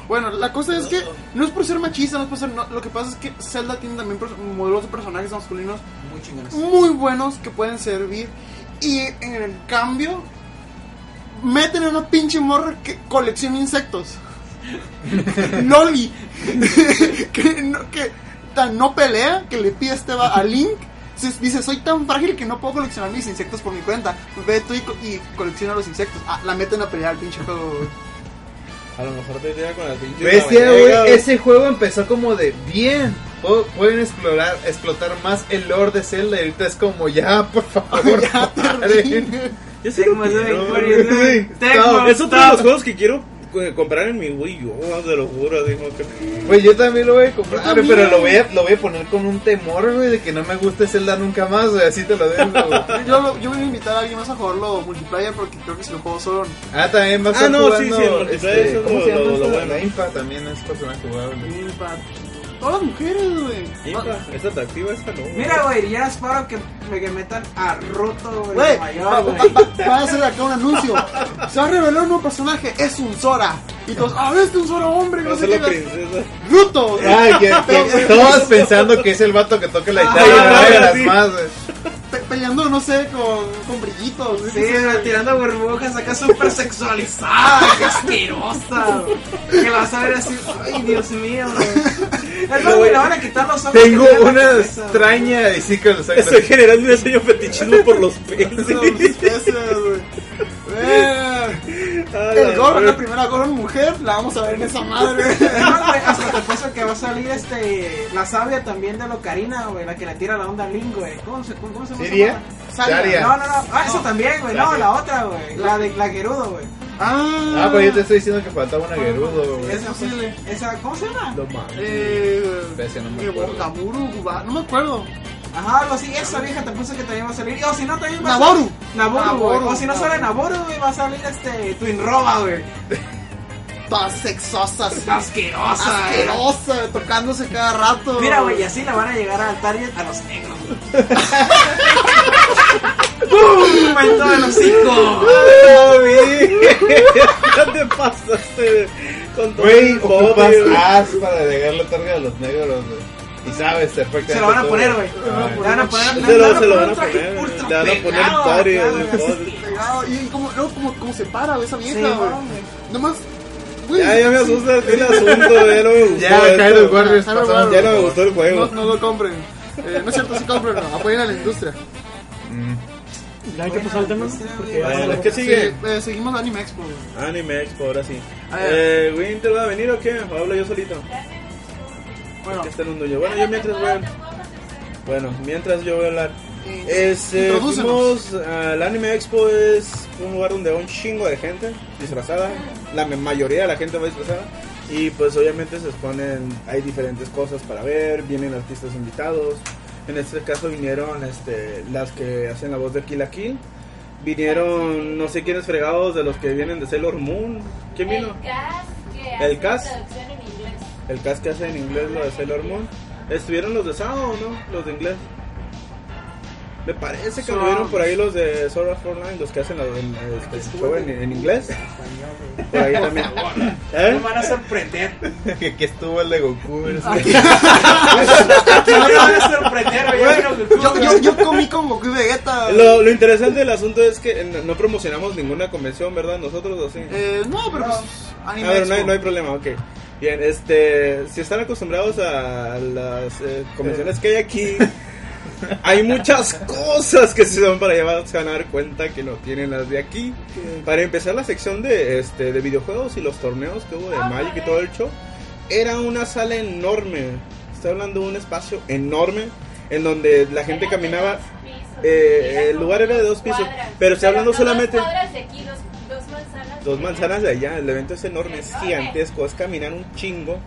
Bueno, la cosa es que no es por ser machista, no es por ser. no, lo que pasa es que Zelda tiene también pers- modelos de personajes masculinos
Muy chingones.
muy buenos que pueden servir. Y en el cambio, meten a una pinche morra que colecciona insectos. Loli. que, no, que tan no pelea que le pide este va a Link. Se- Dice, soy tan frágil que no puedo coleccionar mis insectos por mi cuenta. Ve tú y, co- y colecciona los insectos. Ah, la meten a pelear, pinche juego. güey.
A lo mejor te llega con la pinche.
Bestia,
eh,
caballega,
güey.
güey.
Ese juego empezó como de bien. pu- Pueden explorar, explotar más el lore de Zelda. Y ahorita es como ya, por favor. paren.
Yo sí lo
Tecmo es la
quiero,
victoria, es la-
güey.
Tecmo,
Es otro de los
stop.
juegos que quiero eh, comprar en mi Wii U, te lo juro. Digo, que...
Güey, Pues yo también lo voy a comprar,
Yo
Ah,
también.
pero lo voy a, lo voy a poner con un temor, güey, de que no me guste Zelda nunca más, güey, así te lo digo, güey.
Yo, lo- yo voy a invitar a alguien más a jugarlo multiplayer porque creo que si lo juego solo.
Ah, también vas a
Ah,
estar
no, sí,
jugando, este,
sí, el multiplayer, eso
¿cómo
lo-
se llama
lo- lo
esta?
bueno.
La Impa también es personaje jugable.
eh, para Todas las mujeres, güey.
Impa, ¿Es atractiva esta? No. güey.
Mira, güey, ya es paro que me que metan a Roto, güey.
Güey,
de
va-
Mayor,
va-
güey.
va- va a hacer acá un anuncio. Se va a revelar un nuevo personaje, es un Zora. Y todos, ah, este un Zora hombre, que
Va
no
a
sé
ser
qué.
la princesa.
¡Ruto!
Ay, que, que todos pensando que es el vato que toca la guitarra
Ah,
y no
sí.
era las más, güey.
Pe- peleando, no sé, con, con brillitos.
Sí, güey, tirando burbujas acá súper sexualizada, qué asquerosa. güey. Que la vas a ver así, ay Dios mío, güey. Es más, güey, le van a quitar los ojos.
Tengo
que tiene en la
una
cabeza, güey.
extraña y sí que lo saco.
Estoy generando un sueño fetichismo por los peces.
Son especies, güey. Eh,
Ah,
El
la
Goron, la
madre.
primera Goron mujer, la vamos a ver en esa madre.
Es más, güey, hasta te paso que va a salir este, la sabia también de Locarina, güey, la que le tira la onda a Link, güey. ¿Cómo se, cómo, cómo se llama?
¿Siria?
Saria.
Saria.
No, no, no. Ah, eso también, güey. No, la otra, güey. La de la Gerudo, güey.
Ah,
Ah, pues yo te estoy diciendo que faltaba una Gerudo, güey.
Esa, pues, esa, ¿cómo se llama?
No mames.
Eh,
Ese no me
que
acuerdo.
Bokamuru, Guba- no me acuerdo.
Ajá, lo sí, esa vieja te puso que también va a salir. O si no, también va a
Naboru.
salir. Naboru, güey.
Naboru,
O si no
Naboru.
sale Naboru, güey, va a salir este Twin Roba, güey.
Todas sexosas.
Asquerosa, güey.
Asquerosa, tocándose cada rato.
Mira, güey, y así la van a llegar al Target a los negros. güey. ¡Bum! En todo el hocico.
Ya te pasaste con todo
Güey,
el
ocupas
body, güey.
as para agregar la targa a los negros, güey. Y sabes perfectamente.
Se lo van a
todo.
poner, güey.
Ah,
Le van a poner,
Se
le
lo,
van a
se
poner
lo van
un
a
traje
poner,
ultra
le van a poner
pegado acá,
pares,
güey,
el
así.
body.
Pegado, Y, y como, luego como, como se para esa vieja,
Sí,
güey.
güey.
Nomás, güey.
Ya, ya me
sí.
asusta el asunto, ya no me gustó.
Ya,
esto.
Kyle Warriors,
Cyber
pasamos.
Ya no me gustó el juego.
No, no lo compren. Eh, no es cierto, sí compren, no. Apoyen a la industria.
Mm. ¿Ya hay que pasar el tema? Porque ya
Bueno,
se-
¿Qué sigue?
Sí, eh, seguimos la Anime Expo. güey.
Anime Expo, ahora sí.
A ver.
Eh, ¿Winter va a venir o qué? ¿O hablo yo solito?
Bueno,
Que está en un dueño. Bueno, yo mientras voy a... Bueno, mientras yo voy a hablar. Este,
Introdúcenos.
fuimos al Anime Expo es un lugar donde va un chingo de gente disfrazada. La me- mayoría de la gente va disfrazada. Y pues obviamente se exponen, hay diferentes cosas para ver, vienen artistas invitados. En este caso vinieron este, las que hacen la voz de Kill la Kill. Vinieron no sé quiénes fregados de los que vienen de Sailor Moon. ¿Quién
Eh,
vino?
El cast que
¿El
hace
cast?
traducción en inglés.
El cast que hace en inglés lo de Sailor Moon. ¿Estuvieron los de Sao o no? Los de inglés. Me parece que estuvieron por ahí los de Sword Art Online, los que hacen la- en- este, el juego en, en inglés. Por ahí también. ¿Eh?
Me van a sorprender.
Que, que estuvo el de Goku. güey.
Me van a sorprender, güey. Ya vieron que-
Yo, yo, yo comí con Goku y Vegeta. güey.
Lo, lo interesante del asunto es que n- no promocionamos ninguna convención, ¿verdad? Nosotros o sí.
Eh, no, pero pues, Anime
A ver,
Expo.
Ah, no hay, no hay problema, ok. Bien, este, si están acostumbrados a las eh, convenciones que hay aquí, hay muchas cosas que si se van para allá se van a dar cuenta que no tienen las de aquí. Para empezar la sección de, este, de videojuegos y los torneos que hubo
Ah,
de Magic y todo el show, era una sala enorme. Estoy hablando de un espacio enorme en donde la gente
Era de
caminaba.
dos pisos,
eh,
era
el lugar era de dos pisos,
cuadras.
pero estoy hablando
no
solamente-
Dos cuadras de aquí, dos, dos manzanas.
Dos manzanas de allá, el evento es enorme, es gigantesco, es caminar un chingo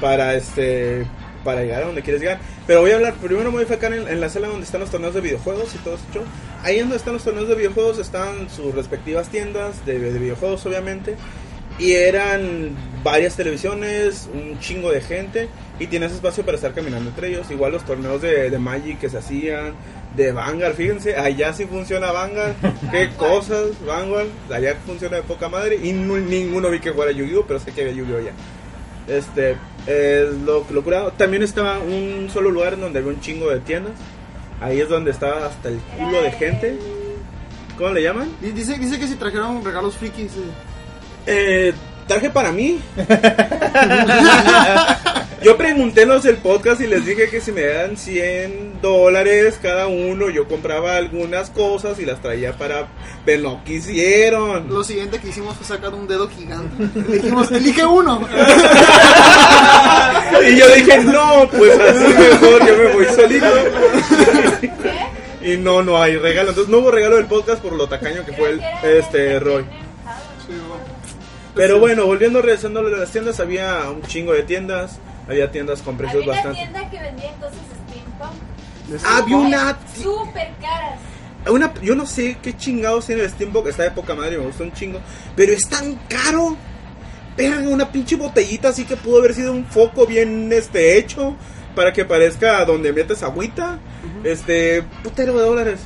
para este para llegar a donde quieres llegar. Pero voy a hablar, primero me voy a enfocar en, en la sala donde están los torneos de videojuegos y todo eso. Ahí es donde están los torneos de videojuegos están sus respectivas tiendas de, de videojuegos, obviamente. Y eran varias televisiones, un chingo de gente. Y tienes espacio para estar caminando entre ellos. Igual los torneos de, de Magic que se hacían, de Vanguard, fíjense, allá sí funciona Vanguard. Qué cosas, Vanguard. Allá funciona de poca madre. Y no- ninguno vi que jugara Yu-Gi-Oh, pero sé que había Yu-Gi-Oh allá. Este, es lo, lo curado. También estaba un solo lugar en donde había un chingo de tiendas. Ahí es donde estaba hasta el culo de gente. ¿Cómo le llaman?
Dice, dice que si trajeron regalos frikis. eh.
Eh, traje para mí. yo pregunté en los del podcast y les dije que si me dan 100 dólares cada uno, yo compraba algunas cosas y las traía para. Pero no quisieron.
Lo siguiente que hicimos fue sacar un dedo gigante. Le dijimos, elige uno.
Y yo dije, no, pues así mejor, yo me voy solito. Y no, no hay regalo. Entonces no hubo regalo del podcast por lo tacaño que fue el este Roy. Pero bueno, volviendo, regresando a las tiendas, había un chingo de tiendas. Había tiendas con precios
Había una
bastante. Ah,
tienda que vendía cosas steampunk.
Había una
Súper caras.
Una, yo no sé qué chingados tiene el Steambox, está de poca madre, me gusta un chingo, pero es tan caro. Verga, una pinche botellita así que pudo haber sido un foco bien este hecho para que parezca donde metes agüita. Este, putero de dólares.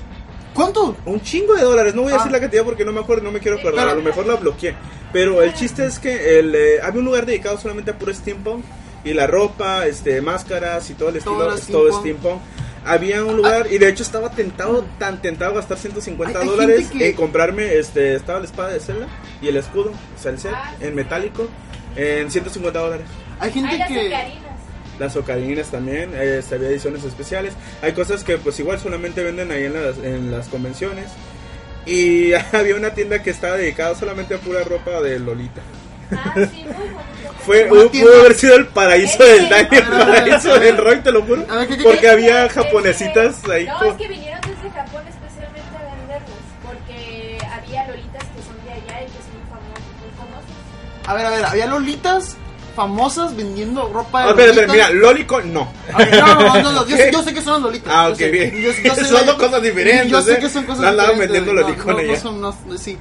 ¿Cuánto?
Un chingo de dólares, no voy a
Ah.
decir la cantidad porque no me acuerdo, no me quiero acordar, a lo mejor la bloqueé. Pero el chiste es que el, eh, había un lugar dedicado solamente a puro steampunk y la ropa, este, máscaras y todo el estilo,
Todo
es
steampunk.
todo steampunk. Había un lugar y de hecho estaba tentado, tan tentado a gastar 150
Hay- hay
dólares
gente que-
en comprarme, este, estaba la espada de Zelda y el escudo, o sea, el set,
Ah,
en metálico, en 150 dólares.
Hay gente
Hay las
que.
ocarinas.
Las ocarinas también, eh, este, había ediciones especiales. Hay cosas que pues igual solamente venden ahí en las, en las convenciones. Y había una tienda que estaba dedicada solamente a pura ropa de Lolita.
Ah,
Fue,
Una
uh,
tienda-
pudo haber sido el paraíso del Dani,
ver,
el
a ver,
paraíso del Roy, te lo juro.
A ver, ¿qué- qué-
Porque
qué-
había
Es que-
japonesitas ahí.
No,
con-
es que vinieron desde Japón especialmente a venderlos. Porque había lolitas que son de allá y que son muy famosas. Muy famosas.
A ver, a ver, había lolitas famosas vendiendo ropa
Ah,
de.
espera, espera,
lolita.
mira, Lolicon no.
A ver, No, no, no, no, yo, sé- yo sé que son las lolitas.
Ah,
Ah, yo
ok,
sé,
bien.
yo- yo sé-
Son dos cosas diferentes,
Yo sé
¿eh?
que son cosas
No andaban
diferentes.
vendiendo
güey,
lolicones
no, no,
ya.
son- no, no, sí.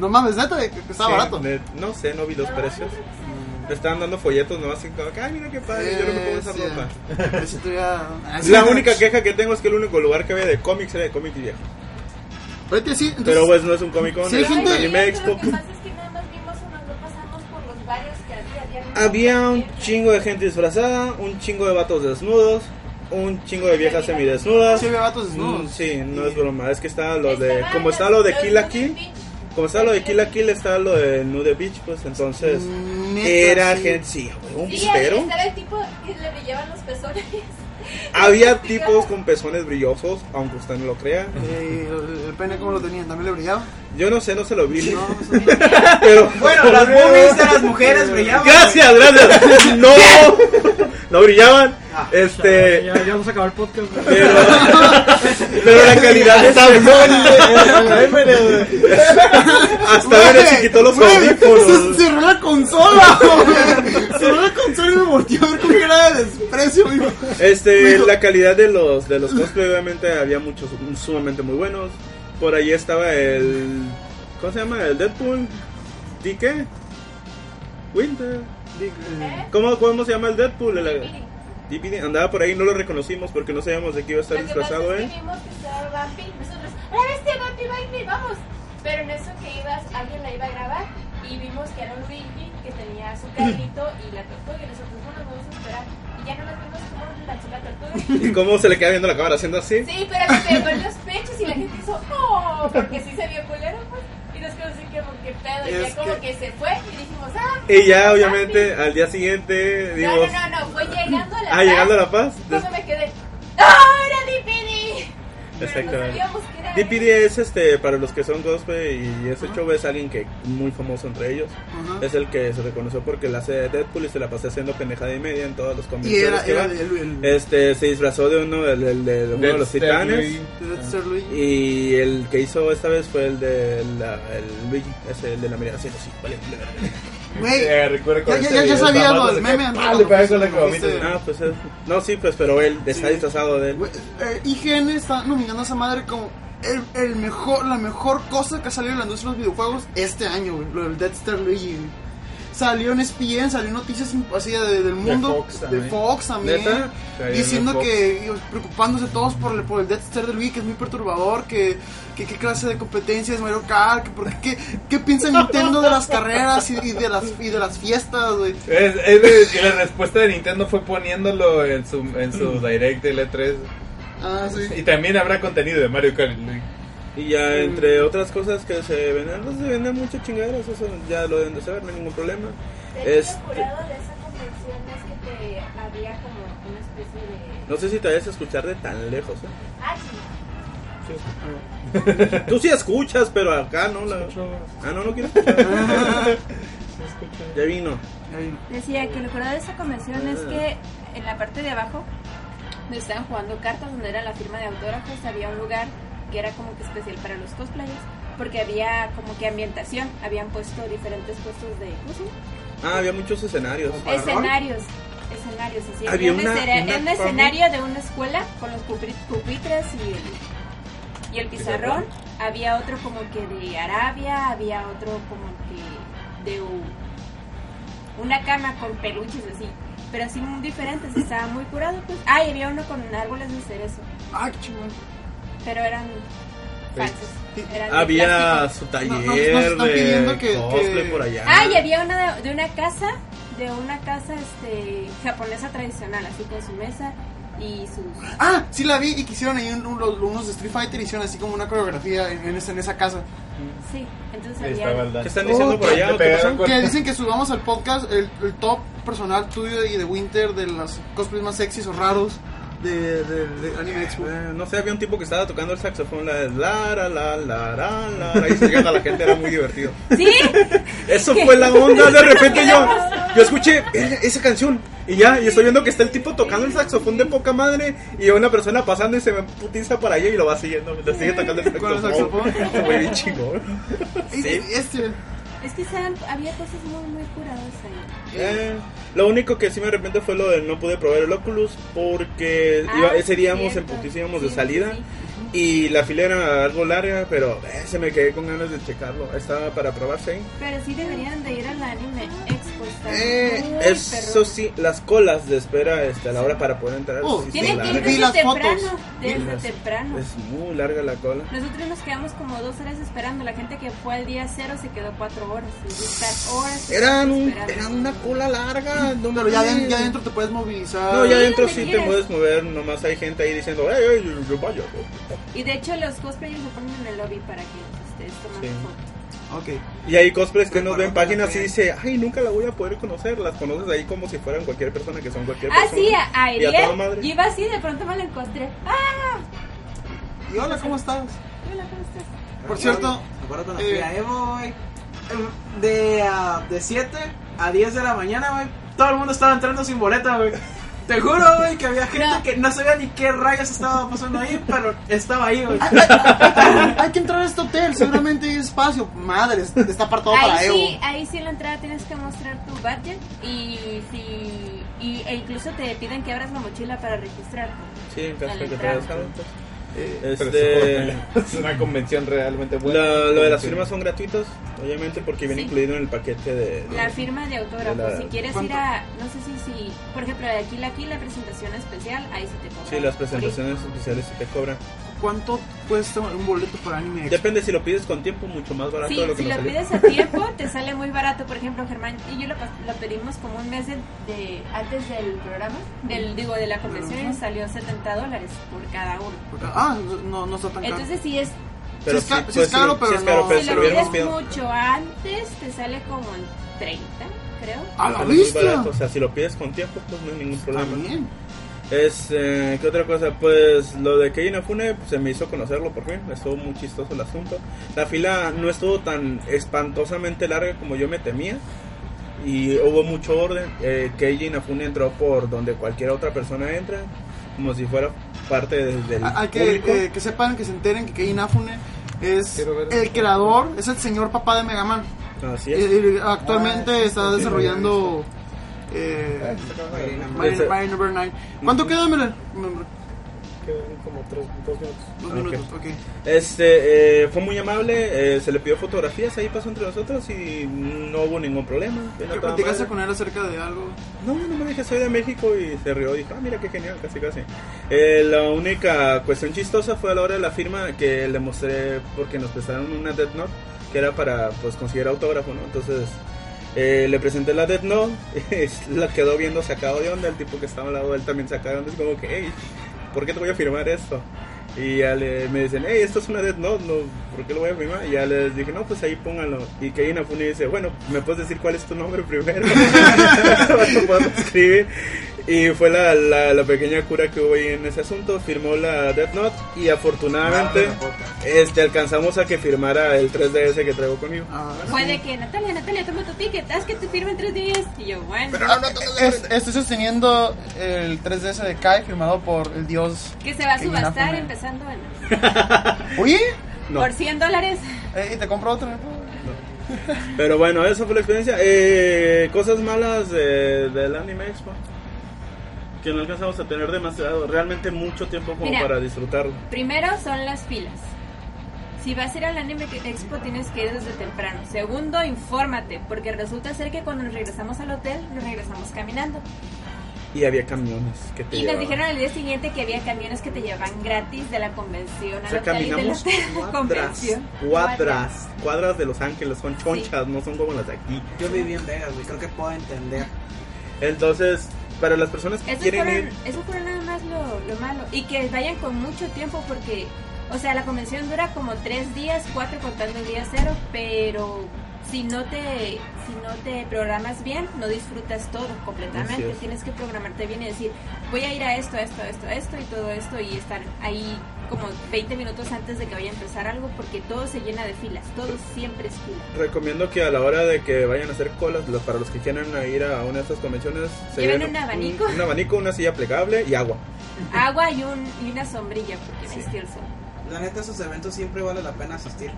No mames, neta, de que que estaba
Sí,
barato.
ne- No sé, no vi los precios.
pues,
Mm.
Me estaban dando folletos nomás que como que, ay mira qué padre, yo no me pongo esa
Sí,
ropa.
sí, todavía-
La única queja que tengo es que el único lugar que había de cómics era de cómics viejo.
Ahorita sí, entonces-
Pero pues no es un cómic con
Sí, hay
es
gente-
un anime
Pero
expo.
Lo que pasa es que nada más vimos unos, no pasamos por los varios que había.
Había un chingo de gente disfrazada, un chingo de vatos desnudos, un chingo de viejas semidesnudas.
Sí, había vatos desnudos.
Mm, Sí, no es broma, es que está lo de como está lo de Kill la Kill. Como está lo de Kill la Kill, está lo de Nude Beach, pues entonces
Neta,
era
sí.
gente, sí, güey, un
Sí,
putero.
estaba el tipo que le brillaban los pezones.
Había tipos con pezones brillosos, aunque usted no lo crea.
Eh, el el pene, ¿cómo lo tenían? ¿También le brillaba?
Yo no sé, no se lo vi.
No, o sea,
Pero
Bueno, las movies de las mujeres brillaban.
Gracias, gracias. No, no brillaban. Este,
Ah, Ya, ya vamos a acabar el podcast. güey.
pero la calidad está Hasta ahora
Güey,
se quitó los
güey,
audífonos.
se- Cerró la consola, güey. Cerró la consola y me volteó a ver con cara de desprecio, digo.
Este, la calidad de los de los cosplay obviamente había muchos sumamente muy buenos. Por ahí estaba el ¿cómo se llama? El Deadpool. ¿Di qué? Winter. ¿Cómo, ¿Cómo se llama el Deadpool? El- DVD. Andaba por ahí, no lo reconocimos porque no sabíamos de qué iba a estar
Lo que pasa
disfrazado
es
¿eh? él.
que vimos que estaba Bambi. Nosotros, ¡a la bestia, Bambi, Bambi, vamos! Pero en eso que ibas, alguien la iba a grabar y vimos que era un Luigi que tenía su carrito y la tortuga y nosotros no nos vamos a esperar. Y ya no nos vimos cómo lanzó la tortuga.
¿Y cómo se le queda viendo la cámara haciendo así?
Sí, pero me pegó en los pechos y la gente hizo ¡Oh! Porque sí se vio culero, pues. Y nos quedamos así como que pedo. Y
Es
ya como
que-
que... se fue y dijimos ¡Ah!
Y ya obviamente al día siguiente
No, no,
dimos
no, no, fue llegando a la
Ah, llegando a La Paz.
Como me quedé ¡Ah! ¡Era DPD! Pero no
Exactamente.
sabíamos que era
DPD es este, para los que son cosplay y ese show es alguien que muy famoso entre ellos.
Ajá.
Es el que se reconoció porque la hace de Deadpool y se la pasé haciendo pendejada y media en todas las
Y era,
convenciones que
era
va.
el, el,
Este, se disfrazó de uno, del- del- de uno de los titanes.
el Sir Luigi.
Y el que hizo esta vez fue el de la, el Luigi, ese el de la mirada así, así, vale, vale, vale.
Güey,
Eh, recuerdo con
ya, ya,
ese
ya,
video,
sabía
esta
lo
madre
del
se queda-
meme. antes
Ah,
cuando
le pegué
fuiste-
con la que
cuando
vomita.
fuiste-
Ah, pues es- no, sí, pues, pero él está
Sí.
disfrazado de él.
Güey, eh, IGN está nominando a esa madre como el, el mejor, la mejor cosa que ha salido en la industria de los videojuegos este año, güey. Lo del Dead Star Luigi, güey. Salió en E ESPN, salió en noticias así de- del mundo.
Fox
De
también.
Fox también.
¿Neta? Salió
Diciendo
en Fox.
que, y preocupándose todos por el, por el Dead Star de Luigi, que es muy perturbador, que, que qué clase de competencia es Mario Kart, que por qué- qué, qué piensa Nintendo de las carreras y, y de, las, y de las fiestas, güey.
Es, es- y la respuesta de Nintendo fue poniéndolo en su, en su Direct de L3.
Ah, sí.
Y también habrá contenido de Mario Kart.
Y ya entre otras cosas que se venden, no se venden muchas chingaderas, eso ya lo deben de saber, no hay ningún problema.
De
Es,
hecho, lo curado de esa convención es que te había como una especie de.
no sé si te vayas a escuchar de tan lejos. ¿eh?
Ah, sí.
Tú sí escuchas, pero acá no la... Ah, no, no quiero escuchar. ya vino.
Decía que lo curado de esa convención es que en la parte de abajo, donde estaban jugando cartas, donde era la firma de autógrafos, había un lugar que era como que especial para los cosplayers, porque había como que ambientación, habían puesto diferentes puestos de ¿cómo se llama?
Ah, había muchos escenarios.
escenarios. Escenarios, así.
Había
Había un,
una-
escena-
una
un
fama-
escenario de una escuela con los pupri- pupitres y el, y el pizarrón. Había otro como que de Arabia, había otro como que de u- una cama con peluches así. Pero así muy diferentes, estaba muy curado. Pues. Ah, y había uno con árboles de cerezo.
Ah, qué chingón.
Pero eran falsos. eran de
Pues, Había
plástico.
su
nos
taller
están pidiendo
de
que-
cosplay
que-
por allá.
Ah, y había una de, de una casa, de una casa este, japonesa tradicional, así con su mesa y sus...
Ah, sí la vi y que hicieron ahí un- un- los- unos de Street Fighter hicieron así como una coreografía en, en esa, en esa casa.
Sí, entonces
Ahí
había...
está,
¿Qué están
Oh,
diciendo por allá? ¿O qué pasó?
Que dicen que subamos al podcast el, el top personal tuyo y de Winter de los cosplays más sexys o raros de, de- de Anime Expo.
Eh, No sé, había un tipo que estaba tocando el saxofón, la de la, la, la, la, la, la, la, y se llegaba a la gente, era muy divertido.
¿Sí?
Eso fue la onda, de repente yo, yo escuché "Verga, esa canción, y ya, y estoy viendo que está el tipo tocando el saxofón de poca madre, y una persona pasando y se me putiza para allá y lo va siguiendo, mientras sigue tocando el
¿Con el
saxofón.
saxofón?
Eso fue bien chingón. Sí.
Este.
Es que estaban- había cosas muy, muy curadas ahí.
Eh, lo único que sí me arrepiento fue lo de no pude probar el Oculus porque
Ah,
iba- ese día íbamos en
cierto.
putis, íbamos
Sí,
de salida
sí,
y la fila era algo larga, pero eh, se me quedé con ganas de checarlo. Estaba para probarse ahí.
Pero sí deberían de ir al anime expo. está muy
Eh, Eso
perrón.
sí, las colas de espera este, a la hora para poder entrar.
Oh,
sí son
tienen que ir desde
largas.
temprano,
Vi
desde
las-
temprano.
Es muy larga la cola.
Nosotros nos quedamos como dos horas esperando. La gente que fue al día cero se quedó cuatro horas. Y estar horas
Eran un-
esperando.
eran una cola larga. No
Pero ya,
mames.
aden- ya adentro te puedes movilizar.
No, ya adentro sí te
mentiras.
puedes mover, nomás hay gente ahí diciendo, "Ey, ey, yo- yo vaya.
Y de hecho los cosplayers se ponen en el lobby para que ustedes tomen
Sí.
fotos.
Y hay
Pues
cosplays que nos ven páginas y dice, ay, nunca la voy a poder conocer. Las conoces ahí como si fueran cualquier persona que son cualquier
Ah,
persona.
sí, a- a
Y a toda
Ariel.
madre.
Y iba así, de pronto me lo encontré. ¡Ah!
Y hola, ¿cómo estás?
Hola, ¿cómo estás?
Por cierto,
Me acuerdo cuando
eh,
fui a Evo, güey. De, ah, de 7 a 10 de la mañana, güey. Todo el mundo estaba entrando sin boleta, güey. Te juro, güey, que había gente que no sabía ni qué rayos estaba pasando ahí, pero estaba ahí, güey.
Hay que entrar a este hotel, seguramente hay espacio. Madres, está apartado para
Ahí
Evo.
sí, ahí sí en la entrada tienes que mostrar tu budget y si y, e incluso te piden que abras la mochila para registrarte.
Sí, en caso
Al
de que te
entrar.
hayas dado cuenta.
Pero
Este,
eso fue- es una convención realmente buena.
lo, lo de las firmas son gratuitos, obviamente, porque viene
Sí.
incluido en el paquete de... de-
La firma de autógrafo.
De la-
Si quieres ir a, no sé si, si, por ejemplo, de aquí a aquí la presentación especial, ahí sí te cobra.
Sí, las presentaciones especiales se te cobran.
¿Cuánto cuesta un boleto para anime?
Depende si lo pides con tiempo, mucho más barato
Sí,
de lo que
si
nos
lo
salió.
pides a tiempo, te sale muy barato. Por ejemplo, Germán y yo lo, pas- lo pedimos como un mes de, de- antes del programa, del, digo, de la convención, y salió 70 dólares por cada uno.
Ah, no, no está tan caro.
Entonces, si es.
Pero
Sí es ca-
sí,
sí
pues
es caro,
sí,
pero
sí es caro,
no-
pero
Si
si lo
lo pides
hubiéramos pedido-
mucho antes, te sale como en 30, creo.
A la
Pero es muy
bestia.
barato, O sea, si lo pides con tiempo, pues no hay ningún problema.
bien.
Es, eh, ¿qué otra cosa? Pues lo de Kei Inafune pues, se me hizo conocerlo por fin, estuvo muy chistoso el asunto. La fila no estuvo tan espantosamente larga como yo me temía y hubo mucho orden. Eh, Kei Inafune entró por donde cualquier otra persona entra, como si fuera parte de- del
Hay Ah, que, eh,
público.
que, que sepan, que se enteren que Kei Inafune es el creador, es el señor papá de Mega Man.
Así
Y-
es.
y actualmente
Ah,
está
sí,
desarrollando eh,
acaba de ver.
Mario
Ese-
Mario Number 9. ¿Cuánto queda, Mele?
quedan como tres, dos minutos.
Dos minutos, ok.
Este, eh, fue muy amable, eh, se le pidió fotografías, ahí pasó entre nosotros y no hubo ningún problema.
¿Te
fue nada
platicaste
malo.
con él acerca de algo?
No, no me dije, soy de México y se rió. Dijo, ah, mira qué genial, casi casi. Eh, la única cuestión chistosa fue a la hora de la firma que le mostré porque nos prestaron una Death Note que era para pues conseguir autógrafo, ¿no? Entonces eh, le presenté la Death Note, la quedó viendo sacado de onda, el tipo que estaba al lado de él también sacado de onda, es como que, hey, ¿por qué te voy a firmar esto? Y ya le- me dicen, hey, esto es una Death Note, no, ¿por qué lo voy a firmar? Y ya les dije, no, pues ahí pónganlo. Y que hay una funa y dice, bueno, ¿me puedes decir cuál es tu nombre primero? Para poderlo escribir. Y fue la, la, la pequeña cura que hubo ahí en ese asunto, firmó la Death Note y afortunadamente este, alcanzamos a que firmara el 3DS que traigo conmigo.
Fue de que, Natalia, Natalia, toma tu ticket, haz que te firmen tres días. Y yo, bueno.
Es- estoy sosteniendo el 3DS de Kai firmado por el dios.
que se va a
Keiji
subastar
Inafune.
empezando en,
Oye,
por 100 dólares.
Eh,
y te compro otro.
Pero bueno, esa fue la experiencia. Eh, cosas malas de- del Anime Expo. Que no alcanzamos a tener demasiado, realmente mucho tiempo como
Mira.
para disfrutarlo.
Primero son las filas. Si vas a ir al Anime Expo tienes que ir desde temprano. Segundo, infórmate, porque resulta ser que cuando nos regresamos al hotel nos regresamos caminando.
Y había camiones que te
Y nos
llevaban.
dijeron al día siguiente que había camiones que te llevaban gratis de la convención
O
al
sea,
hotel y del
caminamos
hotel a la
cuadras,
convención.
cuadras, cuadras de Los Ángeles, son chonchas, no son como las de aquí.
Yo viví en Vegas, güey, creo que puedo entender.
Entonces, para las personas que
Eso
quieren
fueron,
ir,
eso fueron nada más lo, lo malo. Y que vayan con mucho tiempo porque, o sea, la convención dura como tres días, cuatro contando el día cero, pero si no te, si no te programas bien, no disfrutas todo
Así
completamente.
es.
Tienes que programarte bien y decir, voy a ir a esto, a esto, a esto, a esto y todo esto y estar ahí como 20 minutos antes de que vaya a empezar algo porque todo se llena de filas, todo siempre es fila.
recomiendo que a la hora de que vayan a hacer colas, lo- para los que quieran ir a una de estas convenciones,
Lleven
lleven
un abanico.
un, un abanico, una silla plegable y agua.
Agua y, un, y una sombrilla porque me estirzo.
La neta, esos eventos siempre vale la pena asistir.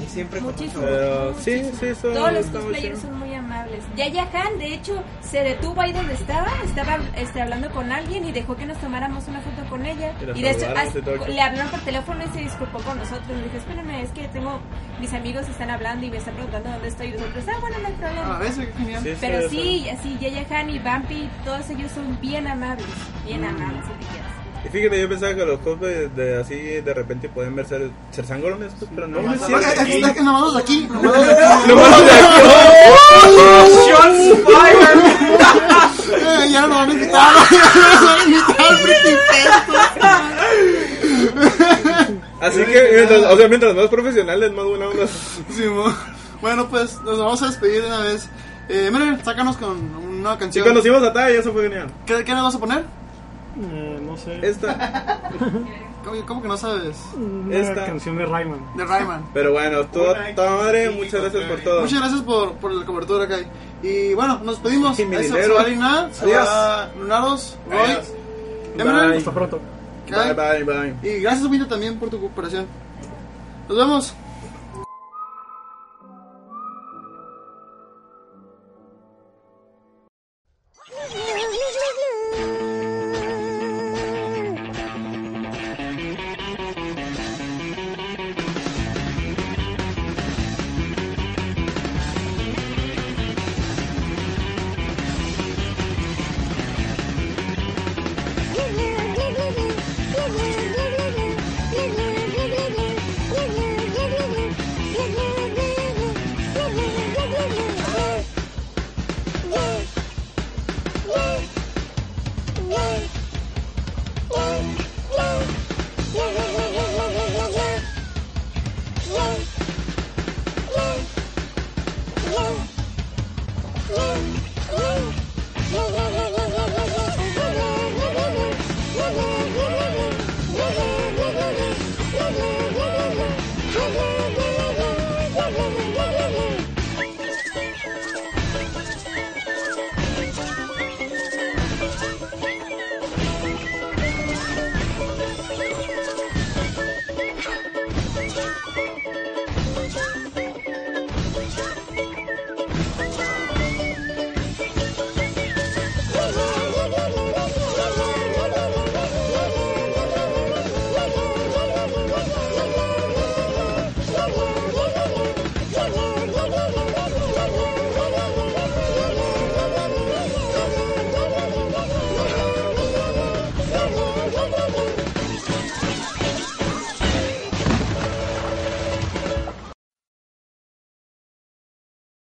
Y siempre con mucho
Oh, Muchísimo.
Pero sí, sí, son,
Todos los
está muy
cosplayers
chido.
son muy amables. Yaya Han, de hecho, se detuvo ahí donde estaba, estaba este, hablando con alguien y dejó que nos tomáramos una foto con ella.
Y la
Y, de hecho,
saludamos
hasta-
y todo.
le hablaron por teléfono y se disculpó con nosotros. Le dije, espérame, es que tengo, mis amigos están hablando y me están preguntando dónde estoy. Y nosotros, ah, bueno, no hay problema.
A veces, qué genial. Sí, sí,
Pero
eso.
sí, así, Yaya Han y Bampi, todos ellos son bien amables, bien
Mm.
amables, si te quieres.
Y fíjate, yo pensaba que los cosplays de, así de repente pueden ver ser, ser sangolones, pues, pero no, no es
Nomás
cierto.
aquí. Nomás aquí, nomás aquí.
Nomás de aquí.
¡Oh!
Shots
Eh, Ya no van a invitar. Ya no van a invitar al
Así que, mientras, o sea, mientras más profesionales, más buena onda.
Bueno, pues nos vamos a despedir de una vez. Eh, miren, sácanos con una
Si
canción.
conocimos a Taya, eso Ah, fue genial.
¿Qué, qué nos vas a poner?
Mm,
no sé.
Esta.
¿Cómo, cómo que no sabes?
Una canción de Rayman.
De Rayman.
Pero bueno, tú, madre, muchas gracias por todo.
Muchas gracias por, por la cobertura, Kai. Y bueno, nos pedimos.
mi
Ahí se-
dinero.
se va Lina, se
Adiós.
va Lunaros, Roy,
Adiós.
Emerald.
Bye. Bye, bye, bye.
Y gracias, Winter, también por tu cooperación. Nos vemos.